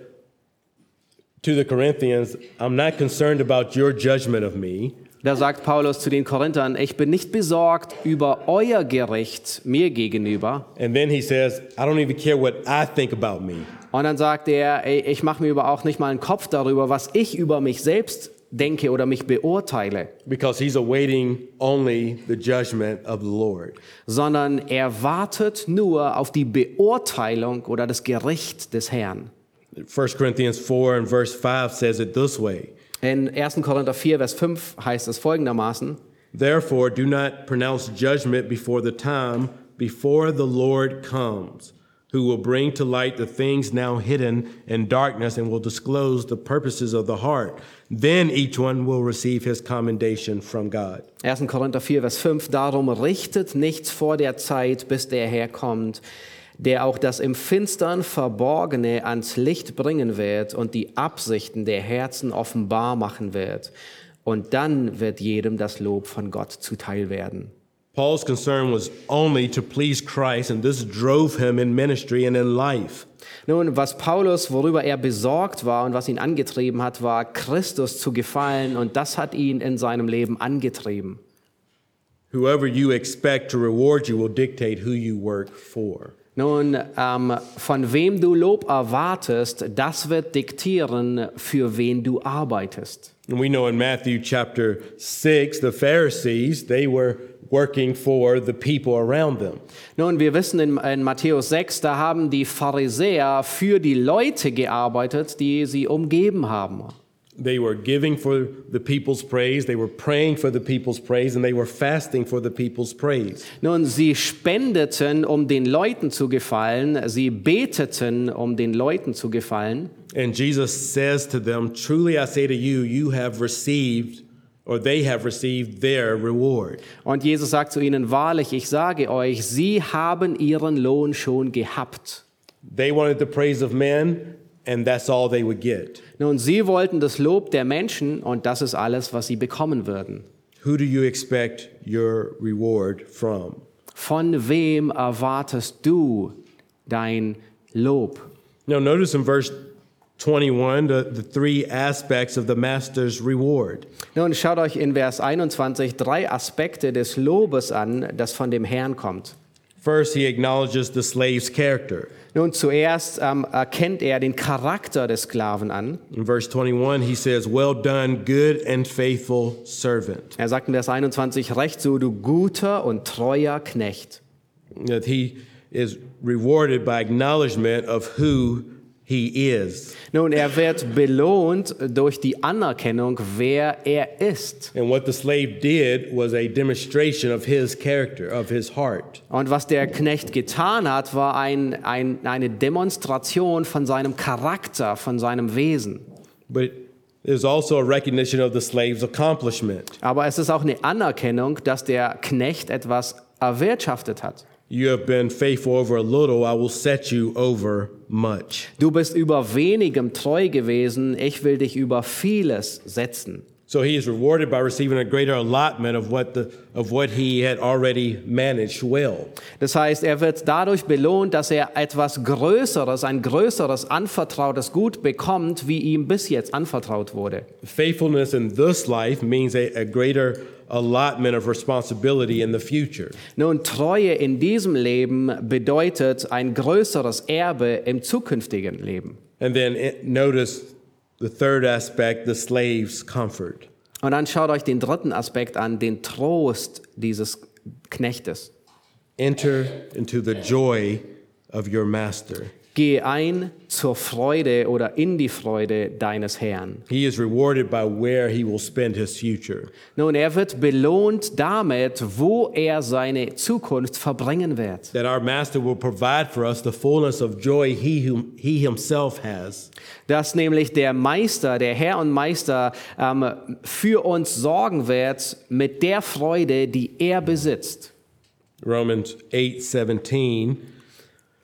A: to the Corinthians, I'm not concerned about your judgment of me.
B: da sagt Paulus zu den Korinthern, ich bin nicht besorgt über euer Gericht mir gegenüber.
A: And then he says, I don't even care what I think about me.
B: Und dann sagt er, ey, ich mache mir über auch nicht mal einen Kopf darüber, was ich über mich selbst denke oder mich beurteile,
A: Because he's awaiting only the judgment of the Lord.
B: sondern er wartet nur auf die Beurteilung oder das Gericht des Herrn.
A: 1 Corinthians 4 and verse 5 says it this way
B: In 1. Korinther 4, Vers 5 heißt es folgendermaßen,
A: Therefore, do not pronounce judgment before the time, before the Lord comes, who will bring to light the things now hidden in darkness and will disclose the purposes of the heart. Then each one will receive his commendation from God.
B: 1. Korinther 4, Vers 5, darum richtet nichts vor der Zeit, bis der Herr kommt, der auch das im Finstern Verborgene ans Licht bringen wird und die Absichten der Herzen offenbar machen wird. Und dann wird jedem das Lob von Gott zuteil werden.
A: Paul's concern was only to please Christ, and this drove him in ministry and in life.
B: Nun, was Paulus, worüber er besorgt war und was ihn angetrieben hat, war Christus zu gefallen und das hat ihn in seinem Leben angetrieben.
A: Who- Whoever you expect to reward you will dictate who you work for.
B: Nun, ähm, von wem du Lob erwartest, das wird diktieren, für wen du arbeitest.
A: And we know in Matthew chapter 6, the Pharisees, they were working for the people around them.
B: Nun, wir wissen in, in Matthäus 6, da haben die Pharisäer für die Leute gearbeitet, die sie umgeben haben.
A: They were giving for the people's praise, they were praying for the people's praise, and they were fasting for the people's praise.
B: Nun, sie spendeten, um den Leuten zu gefallen, sie beteten, um den Leuten zu gefallen.
A: And Jesus says to them, Truly I say to you, you have received, or they have received their reward.
B: Und Jesus sagt zu ihnen, wahrlich, ich sage euch, sie haben ihren Lohn schon gehabt.
A: They wanted the praise of men, and that's all they would get.
B: Nun, sie wollten das Lob der Menschen und das ist alles, was sie bekommen würden.
A: Who do you expect your reward from?
B: Von wem erwartest du dein Lob?
A: Now, notice in verse 21 the, the three aspects of the master's reward.
B: Nun schaut euch in Vers 21 drei Aspekte des Lobes an, das von dem Herrn kommt.
A: First, he acknowledges the slave's character.
B: Nun zuerst ähm, erkennt er den Charakter des Sklaven an.
A: In verse 21, he says, Well done, good and faithful servant.
B: Er sagt in Vers 21, recht so, du guter und treuer Knecht.
A: That he is rewarded by acknowledgement of who he is
B: Nun, er wird belohnt durch die Anerkennung, wer er ist.
A: And what the slave did was a demonstration of his character, of his heart.
B: Und was der Knecht getan hat, war ein, ein, eine Demonstration von seinem Charakter, von seinem Wesen.
A: But there's also a recognition of the slave's accomplishment.
B: Aber es ist auch eine Anerkennung, dass der Knecht etwas erwirtschaftet hat.
A: You have been faithful over a little, I will set you over much.
B: Du bist über wenigem treu gewesen, ich will dich über vieles setzen.
A: So he is rewarded by receiving a greater allotment of what, the, of what he had already managed well.
B: Das heißt, er wird dadurch belohnt, dass er etwas Größeres, ein größeres anvertrautes Gut bekommt, wie ihm bis jetzt anvertraut wurde.
A: Faithfulness in this life means a, a greater allotment of responsibility in the future.
B: Nun, Treue in diesem Leben bedeutet ein größeres Erbe im zukünftigen Leben.
A: And then it, notice the third aspect the slave's comfort.
B: Und dann schaut euch den dritten Aspekt an, den Trost dieses Knechtes.
A: Enter into the joy of your master.
B: Geh ein zur Freude oder in die Freude deines Herrn.
A: He is rewarded by where he will spend his future.
B: Nun, er wird belohnt damit, wo er seine Zukunft verbringen wird.
A: That our master will provide for us the fullness of joy he, whom, he himself has.
B: Dass nämlich der Meister, der Herr und Meister ähm, für uns sorgen wird mit der Freude, die er besitzt.
A: Romans 8 17,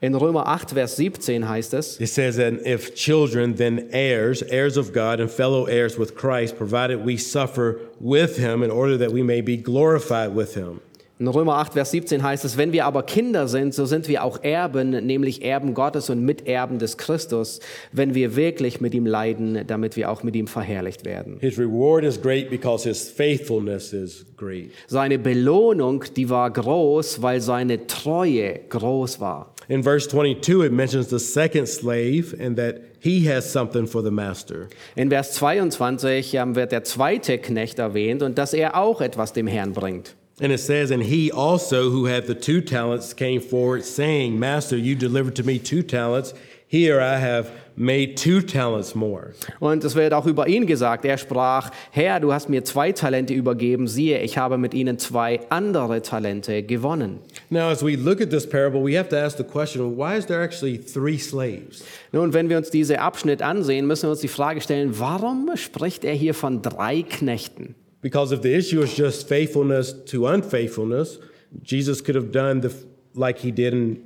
B: In Römer 8, Vers 17 heißt es,
A: it says, And if children, then heirs, heirs of God and fellow heirs with Christ, provided we suffer with him in order that we may be glorified with him.
B: in Römer 8, Vers 17 heißt es, wenn wir aber Kinder sind, so sind wir auch Erben, nämlich Erben Gottes und Miterben des Christus, wenn wir wirklich mit ihm leiden, damit wir auch mit ihm verherrlicht werden.
A: His reward is great because his faithfulness is great.
B: Seine Belohnung, die war groß, weil seine Treue groß war.
A: In verse 22, it mentions the second slave and that he has something for the master.
B: In Vers 22 ähm, wird der zweite Knecht erwähnt und dass er auch etwas dem Herrn bringt.
A: And it says, And he also, who had the two talents, came forward, saying, Master, you delivered to me two talents. Here I have made two talents more.
B: Und es wird auch über ihn gesagt. Er sprach, Herr, du hast mir zwei Talente übergeben. Siehe, ich habe mit ihnen zwei andere Talente gewonnen.
A: Now, as we look at this parable, we have to ask the question why is there actually three slaves?
B: Nun, wenn wir uns diesen Abschnitt ansehen, müssen wir uns die Frage stellen, warum spricht er hier von drei Knechten?
A: Because if the issue is just faithfulness to unfaithfulness, Jesus could have done the, like he did in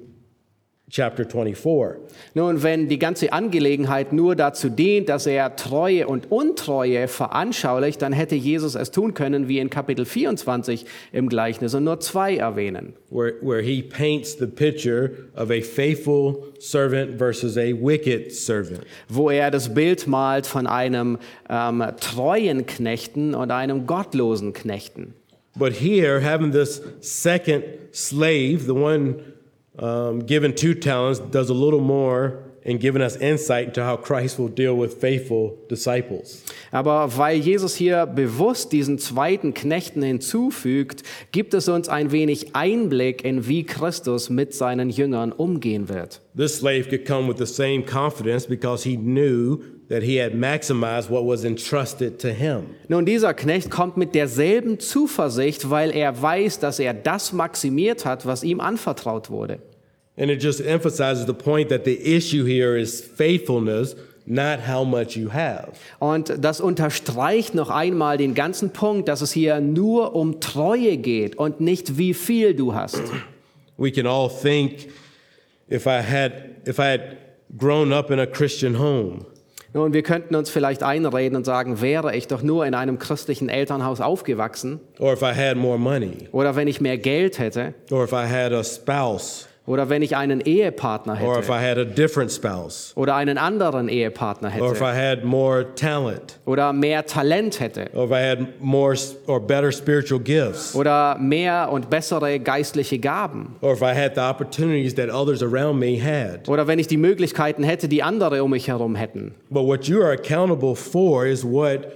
A: chapter 24.
B: Nun, wenn die ganze Angelegenheit nur dazu dient, dass er Treue und Untreue veranschaulicht, dann hätte Jesus es tun können, wie in Kapitel 24 im Gleichnis und nur zwei erwähnen.
A: where, where he paints the picture of a faithful servant versus a wicked servant.
B: wo er das Bild malt von einem ähm, treuen Knechten und einem gottlosen Knechten.
A: But here, having this second slave, the one um, given two talents, does a little more in giving us insight into how Christ will deal with faithful disciples.
B: Aber weil Jesus hier bewusst diesen zweiten Knechten hinzufügt, gibt es uns ein wenig Einblick in, wie Christus mit seinen Jüngern umgehen wird.
A: This slave could come with the same confidence because he knew that he had maximized what was entrusted to him.
B: Nun, dieser Knecht kommt mit derselben Zuversicht, weil er weiß, dass er das maximiert hat, was ihm anvertraut wurde.
A: And it just emphasizes the point that the issue here is faithfulness, not how much you have.
B: Und das unterstreicht noch einmal den ganzen Punkt, dass es hier nur um Treue geht und nicht wie viel du hast.
A: We can all think if I had if I had grown up in a Christian home,
B: Nun, wir könnten uns vielleicht einreden und sagen, wäre ich doch nur in einem christlichen Elternhaus aufgewachsen
A: or if I had more money,
B: oder wenn ich mehr Geld hätte
A: or if I had a spouse,
B: oder wenn ich einen Ehepartner
A: or if
B: hätte
A: I had a different spouse,
B: oder einen anderen Ehepartner
A: or if
B: hätte
A: I had more talent,
B: oder mehr Talent hätte
A: or if I had more s- or better spiritual gifts,
B: oder mehr und bessere geistliche Gaben
A: or if I had the opportunities that others around me had.
B: oder wenn ich die Möglichkeiten hätte, die andere um mich herum hätten.
A: But what you are accountable for is what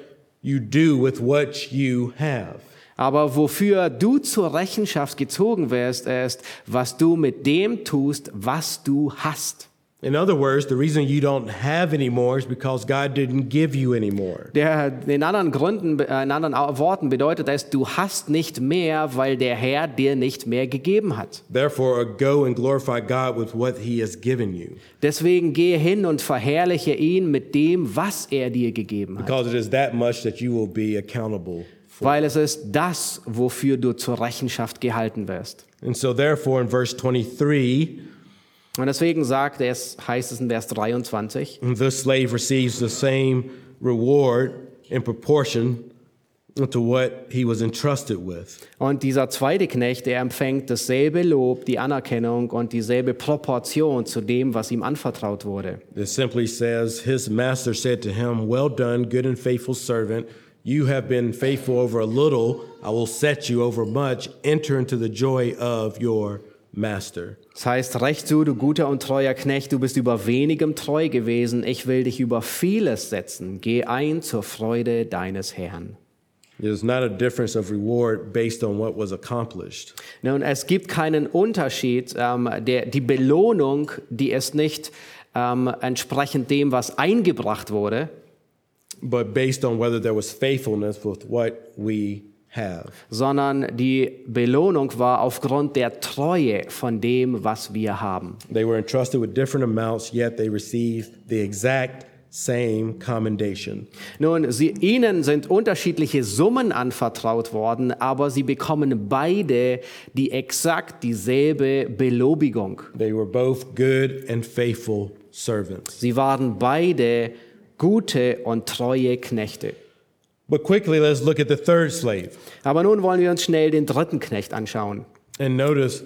A: you do with what you have.
B: Aber wofür du zur Rechenschaft gezogen wirst, ist, was du mit dem tust, was du hast.
A: In other words, the reason you don't have any more is because God didn't give you any more.
B: Der, in anderen Gründen, äh, in anderen Au- Worten bedeutet es, du hast nicht mehr, weil der Herr dir nicht mehr gegeben hat.
A: Therefore, go and glorify God with what He has given you,
B: Deswegen gehe hin und verherrliche ihn mit dem, was er dir gegeben hat.
A: because it is that much that you will be accountable.
B: Weil es ist das, wofür du zur Rechenschaft gehalten wirst.
A: And so, therefore, in verse 23,
B: Und deswegen sagt es, heißt es in Vers 23,
A: the slave receives the same reward in proportion to what he was entrusted with.
B: Und dieser zweite Knecht, der empfängt dasselbe Lob, die Anerkennung und dieselbe Proportion zu dem, was ihm anvertraut wurde.
A: It simply says, His master said to him, Well done, good and faithful servant. You have been faithful over a little. I will set you over much. Enter into the joy of your master.
B: Das heißt, recht so, du guter und treuer Knecht, du bist über wenigem treu gewesen, ich will dich über vieles setzen, geh ein zur Freude deines Herrn.
A: There's not a difference of reward based on what was accomplished.
B: Nun, es gibt keinen Unterschied, ähm, der, die Belohnung, die ist nicht ähm, entsprechend dem, was eingebracht wurde,
A: but based on whether there was faithfulness with what we have.
B: sondern die Belohnung war aufgrund der Treue von dem, was wir haben.
A: They were entrusted with different amounts, yet they received the exact same commendation.
B: Nun, sie, ihnen sind unterschiedliche Summen anvertraut worden, aber sie bekommen beide die exakt dieselbe Belobigung.
A: They were both good and faithful servants.
B: Sie waren beide gute und treue Knechte.
A: But quickly, let's look at the third slave
B: Aber nun wollen wir uns schnell den dritten Knecht anschauen.
A: and notice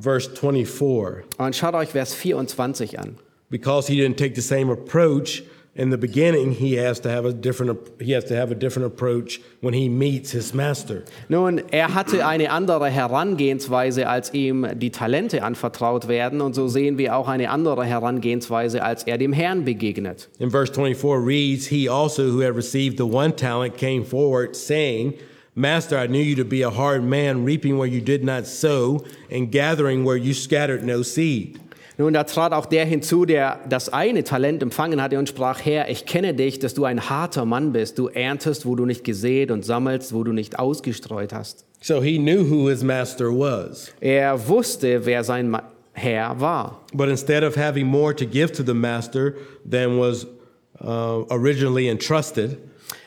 A: verse 24.
B: Und schaut euch Vers 24 an.
A: Because he didn't take the same approach in the beginning, he has to have a different he has to have a different approach when he meets his master.
B: Nun, er hatte eine andere Herangehensweise, als ihm die Talente anvertraut werden. Und so sehen wir auch eine andere Herangehensweise, als er dem Herrn begegnet.
A: In verse 24 reads, He also who had received the one talent came forward, saying, Master, I knew you to be a hard man, reaping where you did not sow, and gathering where you scattered no seed.
B: Nun, da trat auch der hinzu, der das eine Talent empfangen hatte und sprach, Herr, ich kenne dich, dass du ein harter Mann bist. Du erntest, wo du nicht gesät und sammelst, wo du nicht ausgestreut hast.
A: So he knew who his master was.
B: Er wusste, wer sein Ma Herr war.
A: But instead of having more to give to the master than was uh, originally entrusted,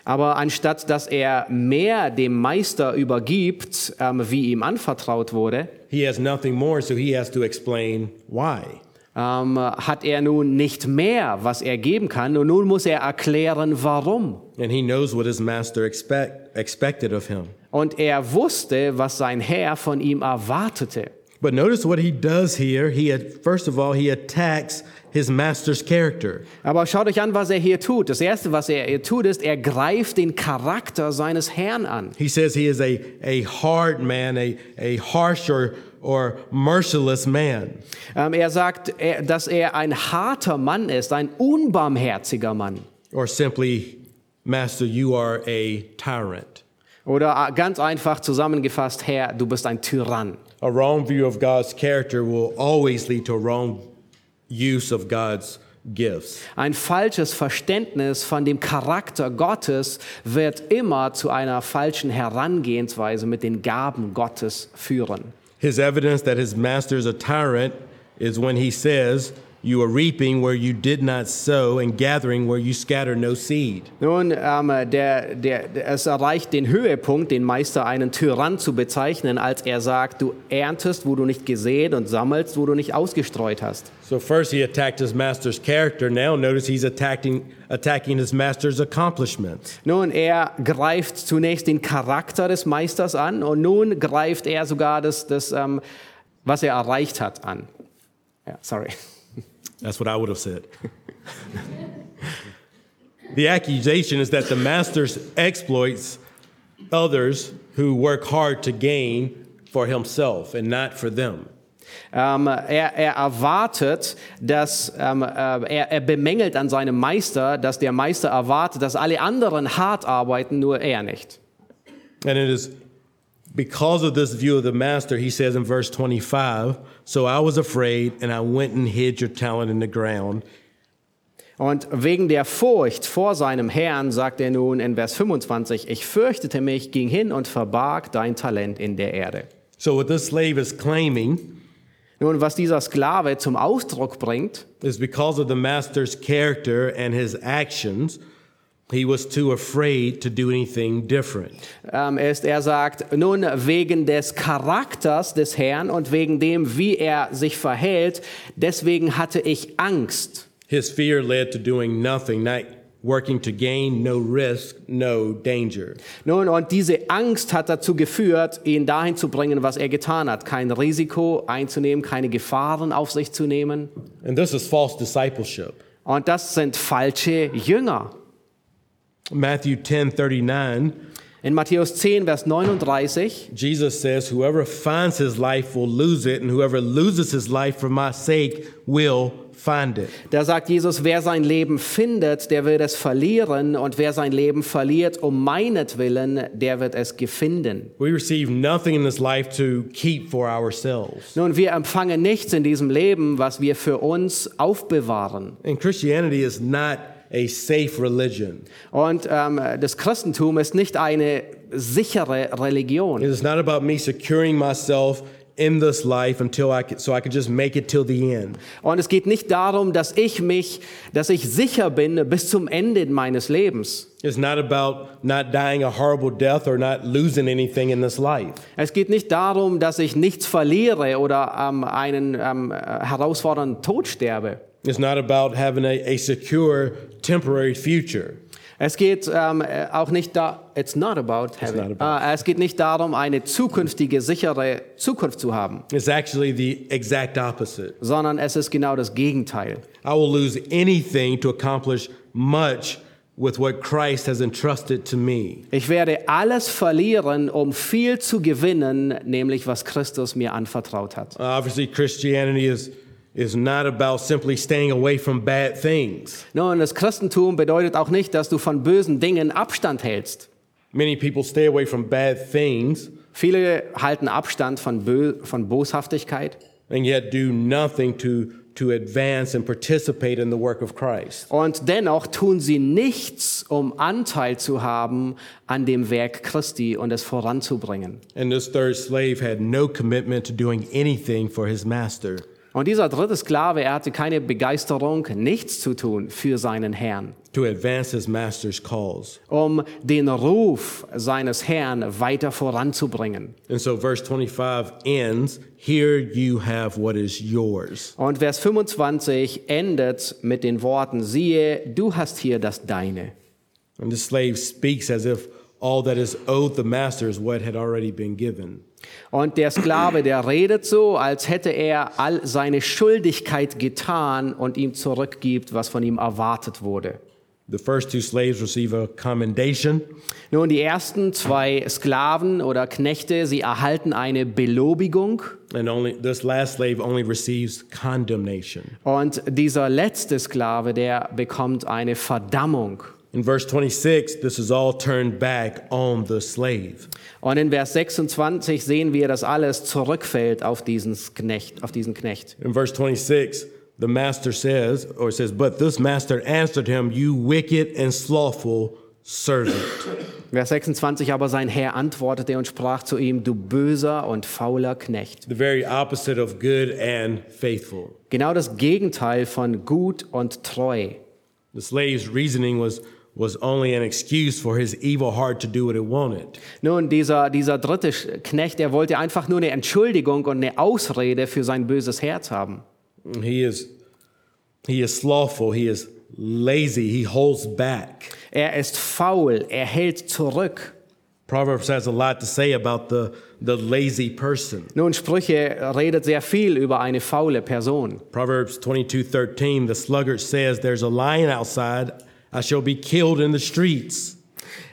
B: Aber anstatt dass er mehr dem Meister übergibt, ähm, wie ihm anvertraut wurde,
A: he has nothing more, so he has to explain why.
B: ähm, hat er nun nicht mehr, was er geben kann. Und nun muss er erklären, warum.
A: And he knows what his master expect, expected of him.
B: Und er wusste, was sein Herr von ihm erwartete.
A: But notice what he does here. He had, first of all, he attacks his master's character.
B: Aber schaut euch an, was er hier tut. Das Erste, was er hier tut, ist, er greift den Charakter seines Herrn an.
A: He says he is a, a hard man, a, a harsh or, or merciless man.
B: Ähm, er sagt, er, dass er ein harter Mann ist, ein unbarmherziger Mann.
A: Or simply, Master, you are a tyrant.
B: Oder äh, ganz einfach zusammengefasst, Herr, du bist ein Tyrann.
A: A wrong view of God's character will always lead to a wrong use of God's gifts.
B: Ein falsches Verständnis von dem Charakter Gottes wird immer zu einer falschen Herangehensweise mit den Gaben Gottes führen.
A: His evidence that his master is a tyrant is when he says, You are reaping where you did not sow and gathering where you scatter no seed.
B: Nun, ähm, der, der, der, es erreicht den Höhepunkt, den Meister einen Tyrann zu bezeichnen, als er sagt, du erntest, wo du nicht gesät und sammelst, wo du nicht ausgestreut hast.
A: So first he attacked his master's character. Now notice he's attacking attacking his master's accomplishments.
B: Nun, er greift zunächst den Charakter des Meisters an und nun greift er sogar das, das ähm, was er erreicht hat, an. Ja, sorry.
A: That's what I would have said. the accusation is that the master's exploits others who work hard to gain for himself and not for them.
B: Ähm, er, er erwartet, dass ähm, äh, er, er bemängelt an seinem Meister, dass der Meister erwartet, dass alle anderen hart arbeiten, nur er nicht.
A: And it is because of this view of the master, he says in verse 25, So I was afraid, and I went and hid your talent in the ground.
B: Und wegen der Furcht vor seinem Herrn sagt er nun in Vers 25, ich fürchtete mich, ging hin und verbarg dein Talent in der Erde.
A: So, what this slave is claiming
B: Nun, was dieser Sklave zum Ausdruck bringt,
A: is because of the master's character and his actions, he was too afraid to do anything different.
B: ähm, ist, er sagt, nun wegen des Charakters des Herrn und wegen dem, wie er sich verhält, deswegen hatte ich Angst.
A: His fear led to doing nothing, not working to gain, no risk, no danger.
B: Nun, und diese Angst hat dazu geführt, ihn dahin zu bringen, was er getan hat. Kein Risiko einzunehmen, keine Gefahren auf sich zu nehmen.
A: And this is false discipleship.
B: Und das sind falsche Jünger.
A: Matthew 10 39.
B: In Matthäus 10, Vers 39,
A: Jesus says, Whoever finds his life will lose it, and whoever loses his life for my sake will find it.
B: da sagt Jesus, wer sein Leben findet, der wird es verlieren. Und wer sein Leben verliert um meinetwillen, der wird es gefinden.
A: We receive nothing in this life to keep for ourselves.
B: Nun, wir empfangen nichts in diesem Leben, was wir für uns aufbewahren.
A: And Christianity is not a safe religion,
B: Und ähm, das Christentum ist nicht eine sichere Religion.
A: it is not about me securing myself in this life until I can, so I can just make it till the end.
B: Und es geht nicht darum, dass ich mich, dass ich sicher bin bis zum Ende meines Lebens.
A: It's not about not dying a horrible death or not losing anything in this life.
B: Es geht nicht darum, dass ich nichts verliere oder ähm, einen ähm, äh, herausfordernden Tod sterbe.
A: It's not about having a, a secure temporary future.
B: Es geht ähm, äh, auch nicht da, it's not about heaven.
A: not about.
B: Ah, es geht nicht darum, eine zukünftige sichere Zukunft zu haben,
A: It's actually the exact opposite.
B: sondern es ist genau das Gegenteil.
A: I will lose anything to accomplish much with what Christ has entrusted to me.
B: Ich werde alles verlieren, um viel zu gewinnen, nämlich was Christus mir anvertraut hat.
A: Uh, Obviously, Christianity is, is not about simply staying away from bad things.
B: Nun, das Christentum bedeutet auch nicht, dass du von bösen Dingen Abstand hältst.
A: Many people stay away from bad things
B: Viele halten Abstand von, Bö von Boshaftigkeit
A: and yet do nothing to, to advance and participate in the work of Christ.
B: und dennoch tun sie nichts, um Anteil zu haben an dem Werk Christi und es voranzubringen.
A: And this third slave had no commitment to doing anything for his master.
B: Und dieser dritte Sklave, er hatte keine Begeisterung, nichts zu tun für seinen Herrn,
A: to advance his master's cause.
B: um den Ruf seines Herrn weiter voranzubringen.
A: And so verse 25 ends, here you have what is yours.
B: Und Vers 25 endet mit den Worten, siehe, du hast hier das Deine.
A: And the slave speaks as if all that is owed the master is what had already been given.
B: Und der Sklave, der redet so, als hätte er all seine Schuldigkeit getan und ihm zurückgibt, was von ihm erwartet wurde.
A: The first two slaves receive a commendation,
B: Nun, die ersten zwei Sklaven oder Knechte, sie erhalten eine Belobigung
A: and only this last slave only receives condemnation.
B: und dieser letzte Sklave, der bekommt eine Verdammung.
A: In verse 26, this is all turned back on the slave.
B: Und in Vers 26 sehen wir, dass alles zurückfällt auf diesen Knecht, auf diesen Knecht.
A: In verse 26, the master says, or it says, But this master answered him, You wicked and slothful servant.
B: Vers 26 aber sein Herr antwortete und sprach zu ihm, du böser und fauler Knecht.
A: the very opposite of good and faithful.
B: Genau das Gegenteil von gut und treu.
A: The slave's reasoning was, was only an excuse for his evil heart to do what it wanted.
B: Nun, dieser, dieser dritte Sch- Knecht, er wollte einfach nur eine Entschuldigung und eine Ausrede für sein böses Herz haben.
A: He is, he is slothful, he is lazy, he holds back.
B: Er ist faul, er hält zurück.
A: Proverbs has a lot to say about the, the lazy person.
B: Nun, Sprüche redet sehr viel über eine faule Person.
A: Proverbs twenty-two thirteen. the sluggard says, There's a lion outside, I shall be killed in the streets.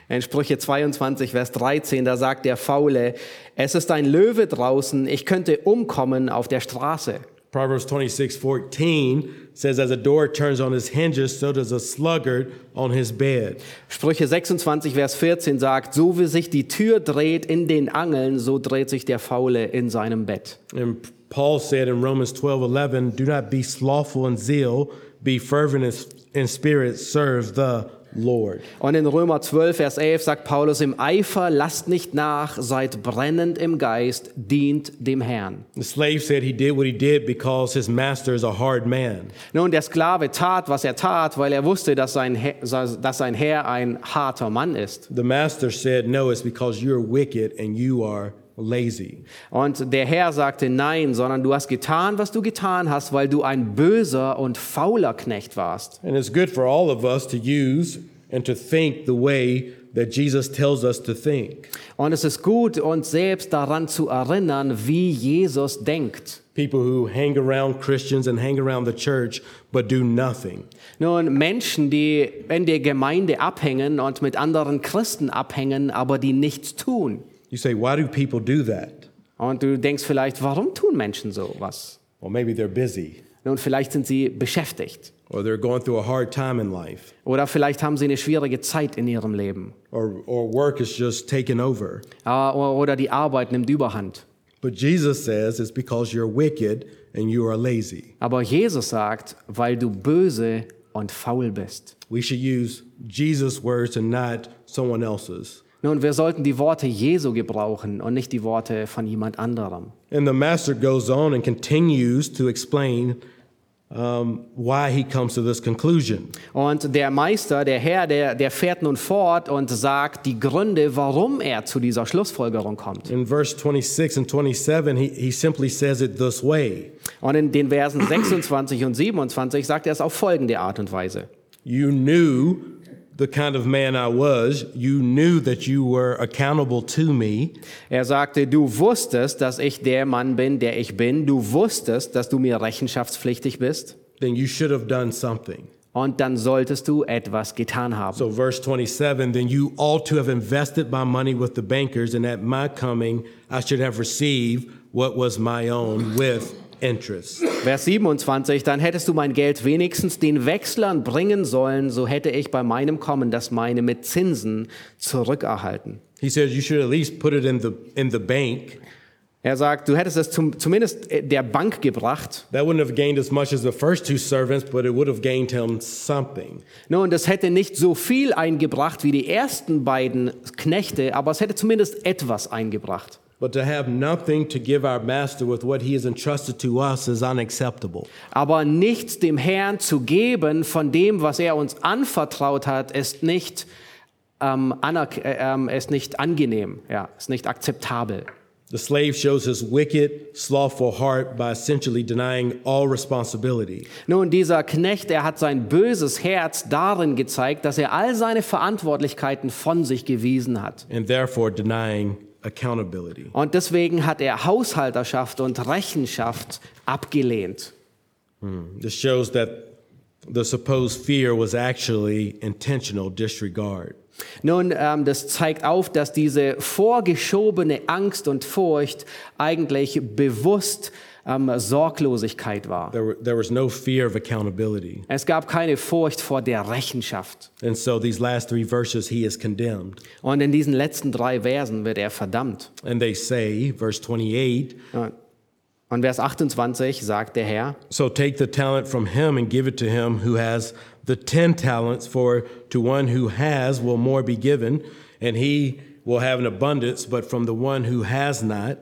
B: In Sprüche 22, Vers 13, da sagt der Faule, es ist ein Löwe draußen, ich könnte umkommen auf der Straße.
A: Proverbs twenty-six fourteen says, As a door turns on his hinges, so does a sluggard on his bed.
B: Sprüche 26, Vers 14 sagt, so wie sich die Tür dreht in den Angeln, so dreht sich der Faule in seinem Bett.
A: And Paul said in Romans 12 11, do not be slothful in zeal, be fervent in, in spirit, serve the Lord.
B: Und in Römer 12, Vers 11 sagt Paulus, im Eifer lasst nicht nach, seid brennend im Geist, dient dem Herrn.
A: The slave said he did what he did because his master is a hard man.
B: Nun, Ne, der Sklave tat, was er tat, weil er wusste, dass sein, Herr- dass sein Herr ein harter Mann ist.
A: The master said, no, it's because you're wicked and you are lazy.
B: Und der Herr sagte, nein, sondern du hast getan, was du getan hast, weil du ein böser und fauler Knecht warst.
A: And it's good for all of us to use and to think the way that Jesus tells us to think.
B: Und es ist gut, uns selbst daran zu erinnern, wie Jesus denkt.
A: People who hang around Christians and hang around the church but do nothing.
B: Nun, Menschen, die in der Gemeinde abhängen und mit anderen Christen abhängen, aber die nichts tun.
A: You say, why do people do that?
B: Und du denkst vielleicht, warum tun Menschen sowas?
A: Well, maybe they're busy.
B: Nun, vielleicht sind sie beschäftigt.
A: or they're going through a hard time in life,
B: Oder vielleicht haben sie eine schwierige Zeit in ihrem Leben.
A: or, or work is just taking over.
B: Ah, o- Oder die Arbeit nimmt überhand.
A: But Jesus says it's because you're wicked and you are lazy.
B: Aber Jesus sagt, weil du böse und faul bist.
A: We should use Jesus' words and not someone else's.
B: Nun, wir sollten die Worte Jesu gebrauchen und nicht die Worte von jemand anderem.
A: And the master goes on and continues to explain um, why he comes to this conclusion.
B: Und der Meister, der Herr, der, der fährt nun fort und sagt die Gründe, warum er zu dieser Schlussfolgerung kommt.
A: In verse 26 and 27, he, he simply says it this way
B: Und in den Versen 26 und 27 sagt er es auf folgende Art und Weise.
A: You knew the kind of man I was, you knew that you were accountable to me.
B: Er sagte, du wusstest, dass ich der Mann bin, der ich bin. Du wusstest, dass du mir rechenschaftspflichtig bist.
A: then you should have done something.
B: Und dann solltest du etwas getan haben.
A: So, verse 27 then you ought to have invested my money with the bankers, and at my coming, I should have received what was my own with interest.
B: Vers 27, dann hättest du mein Geld wenigstens den Wechslern bringen sollen, so hätte ich bei meinem Kommen das meine mit Zinsen zurückerhalten.
A: He says you should at least put it in the, in the bank.
B: Er sagt, du hättest es zum, zumindest äh, der Bank gebracht.
A: That wouldn't have gained as much as the first two servants, but it would have gained him something.
B: Nun, das Ne, hätte nicht so viel eingebracht wie die ersten beiden Knechte, aber es hätte zumindest etwas eingebracht.
A: But to have nothing to give our master with what he has entrusted to us is unacceptable.
B: Aber nichts dem Herrn zu geben von dem, was er uns anvertraut hat, ist nicht, ähm, anerk- äh, ähm, ist nicht angenehm, ja, ist nicht akzeptabel.
A: The slave shows his wicked, slothful heart by essentially denying all responsibility.
B: Nun, dieser Knecht, er hat sein böses Herz darin gezeigt, dass er all seine Verantwortlichkeiten von sich gewiesen hat.
A: and therefore denying accountability.
B: Und deswegen hat er Haushalterschaft und Rechenschaft abgelehnt.
A: This shows that the supposed fear was actually intentional disregard.
B: Nun, ähm, das zeigt auf, dass diese vorgeschobene Angst und Furcht eigentlich bewusst ähm, Sorglosigkeit war.
A: There, were, there was no fear of accountability.
B: Es gab keine Furcht vor der Rechenschaft.
A: And so these last three verses, he is condemned.
B: Und in diesen letzten drei Versen wird er verdammt.
A: And they say, verse 28,
B: Und Vers 28 sagt der Herr,
A: so take the talent from him and give it to him who has the 10 talents, for to one who has will more be given, and he will have an abundance, but from the one who has not,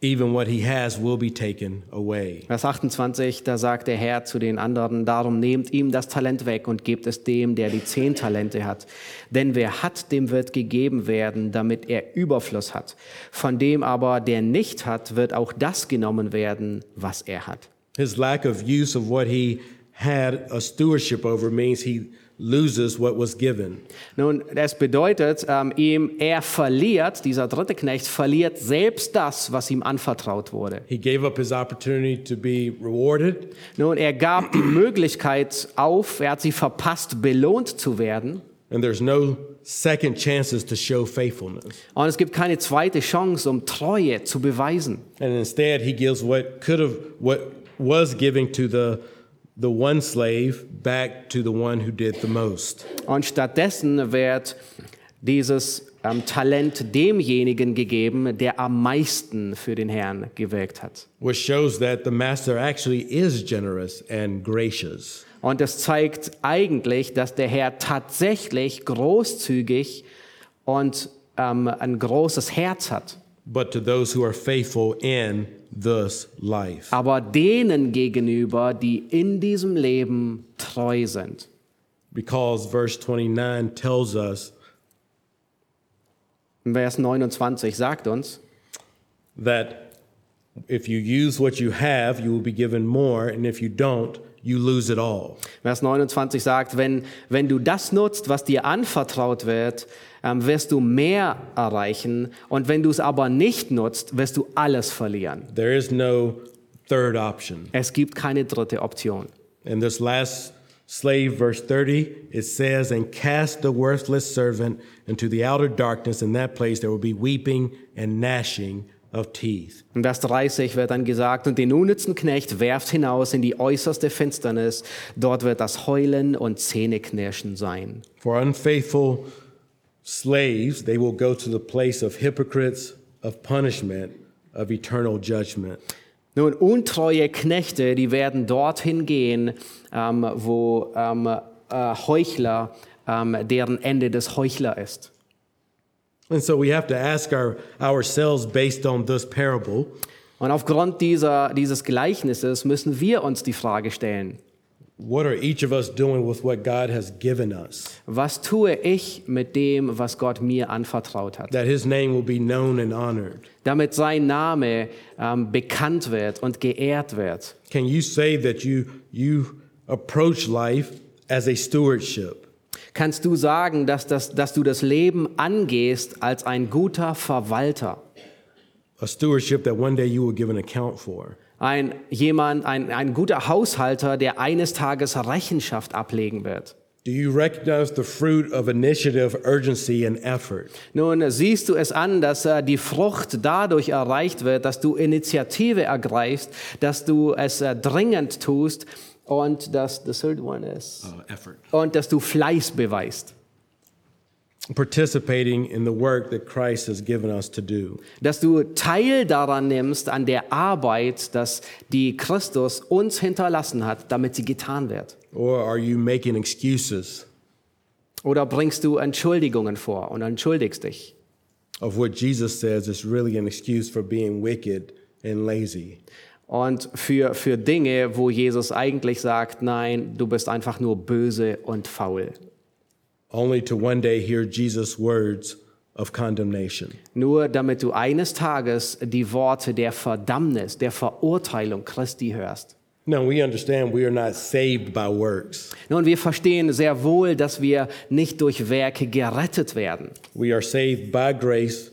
A: even what he has will be taken away.
B: Vers 28, da sagt der Herr zu den anderen, darum nehmt ihm das Talent weg und gebt es dem, der die zehn Talente hat. Denn wer hat, dem wird gegeben werden, damit er Überfluss hat. Von dem aber, der nicht hat, wird auch das genommen werden, was er hat.
A: His lack of use of what he had a stewardship over means he loses what was given.
B: Nun, das bedeutet, ähm, ihm, er verliert, dieser dritte Knecht verliert selbst das, was ihm anvertraut wurde.
A: He gave up his opportunity to be rewarded,
B: Nun, er gab die Möglichkeit auf, er hat sie verpasst, belohnt zu werden.
A: and there's no second chances to show faithfulness.
B: Und es gibt keine zweite Chance, um Treue zu beweisen.
A: And instead, he gives what could have, what was giving to the the one slave back to the one who did the most.
B: Und stattdessen wird dieses ähm, Talent demjenigen gegeben, der am meisten für den Herrn gewirkt hat.
A: Which shows that the master actually is generous and gracious.
B: Und das zeigt eigentlich, dass der Herr tatsächlich großzügig und ähm, ein großes Herz hat.
A: But to those who are faithful in this life.
B: Aber denen gegenüber, die in diesem Leben treu sind.
A: because verse 29 tells us
B: Vers 29 sagt uns,
A: that if you use what you have, you will be given more, and if you don't, you lose it all.
B: Vers 29 sagt, wenn, wenn du das nutzt, was dir anvertraut wird, ähm, wirst du mehr erreichen. Und wenn du es aber nicht nutzt, wirst du alles verlieren.
A: There is no third option.
B: Es gibt keine dritte Option.
A: And this last slave, verse 30, it says, And cast the worthless servant into the outer darkness. In that place there will be weeping and gnashing of teeth.
B: In Vers 30 wird dann gesagt, und den unnützen Knecht werft hinaus in die äußerste Finsternis. Dort wird das Heulen und Zähneknirschen sein.
A: For unfaithful slaves, they will go to the place of hypocrites, of punishment, of eternal judgment.
B: Nun, untreue Knechte, die werden dorthin gehen, ähm, wo ähm, äh, Heuchler, ähm, deren Ende des Heuchler ist.
A: And so we have to ask our, ourselves based on this parable
B: Und aufgrund dieser, dieses Gleichnisses müssen wir uns die Frage stellen,
A: what are each of us doing with what God has given us?
B: was tue ich mit dem, was Gott mir anvertraut hat,
A: That his name will be known and honored.
B: damit sein Name ähm, bekannt wird und geehrt wird.
A: Can you say that you, you approach life as a stewardship?
B: Kannst du sagen, dass, das, dass du das Leben angehst als ein guter Verwalter?
A: A stewardship that one day you will give an account for.
B: Ein jemand, ein, ein guter Haushalter, der eines Tages Rechenschaft ablegen wird.
A: Do you recognize the fruit of initiative, urgency, and effort?
B: Nun siehst du es an, dass äh, die Frucht dadurch erreicht wird, dass du Initiative ergreifst, dass du es äh, dringend tust und dass the third one is,
A: Uh, effort.
B: und dass du Fleiß beweist,
A: Participating in the work that Christ has given us to do.
B: dass du Teil daran nimmst an der Arbeit, dass die Christus uns hinterlassen hat, damit sie getan wird.
A: Or are you making excuses
B: Oder bringst du Entschuldigungen vor und entschuldigst dich?
A: of what Jesus says is really an excuse for being wicked and lazy.
B: Und für, für Dinge, wo Jesus eigentlich sagt, nein, du bist einfach nur böse und faul.
A: Only to one day hear Jesus' words of condemnation.
B: Nur damit du eines Tages die Worte der Verdammnis, der Verurteilung Christi hörst.
A: Now, we understand we are not saved by works.
B: Nun, wir verstehen sehr wohl, dass wir nicht durch Werke gerettet werden.
A: We are saved by grace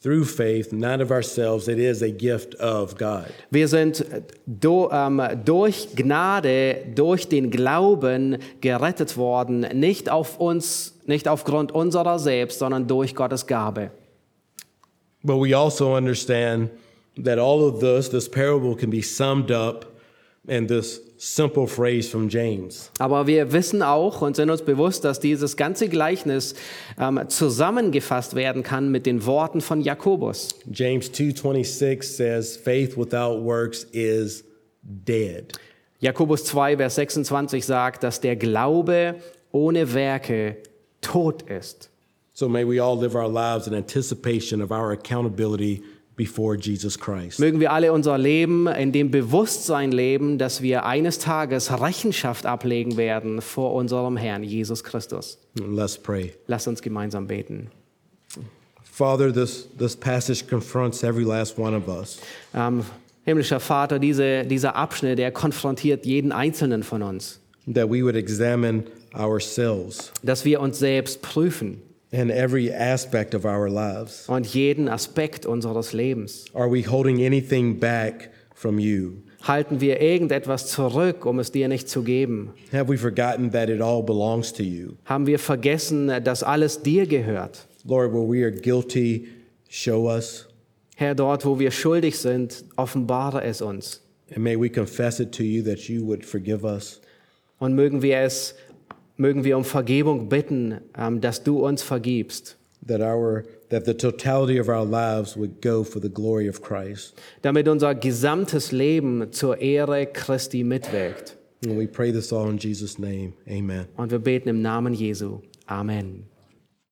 A: through faith, not of ourselves. It is a gift of God.
B: Wir sind do, ähm, durch Gnade, durch den Glauben gerettet worden, nicht auf uns, nicht aufgrund unserer selbst, sondern durch Gottes Gabe.
A: But we also understand that all of this, this parable can be summed up in this simple phrase from James.
B: Aber wir wissen auch und sind uns bewusst, dass dieses ganze Gleichnis ähm, zusammengefasst werden kann mit den Worten von Jakobus.
A: James 2:26 says, "Faith without works is dead."
B: Jakobus 2, Vers 26 sagt, dass der Glaube ohne Werke tot ist.
A: So may we all live our lives in anticipation of our accountability before Jesus Christ.
B: Mögen wir alle unser Leben in dem Bewusstsein leben, dass wir eines Tages Rechenschaft ablegen werden vor unserem Herrn Jesus Christus.
A: And let's pray.
B: Lasst uns gemeinsam beten.
A: Father, this, this passage confronts every last one of us.
B: Ähm, himmlischer Vater, diese, dieser Abschnitt, der konfrontiert jeden Einzelnen von uns,
A: that we would examine ourselves
B: dass wir uns selbst prüfen
A: and every aspect of our lives.
B: und jeden Aspekt unseres Lebens.
A: Are we holding anything back from you?
B: Halten wir irgendetwas zurück, um es dir nicht zu geben?
A: Have we forgotten that it all belongs to you?
B: Haben wir vergessen, dass alles dir gehört?
A: Lord, where we are guilty, show us,
B: Herr, dort, wo wir schuldig sind, offenbare es uns.
A: and may we confess it to you that you would forgive us.
B: Und mögen wir es, mögen wir um Vergebung bitten, ähm, dass du uns vergibst,
A: That our that the totality of our lives would go for the glory of Christ.
B: damit unser gesamtes Leben zur Ehre Christi mitwirkt.
A: And we pray this all in Jesus' name. Amen.
B: Und wir beten im Namen Jesu. Amen.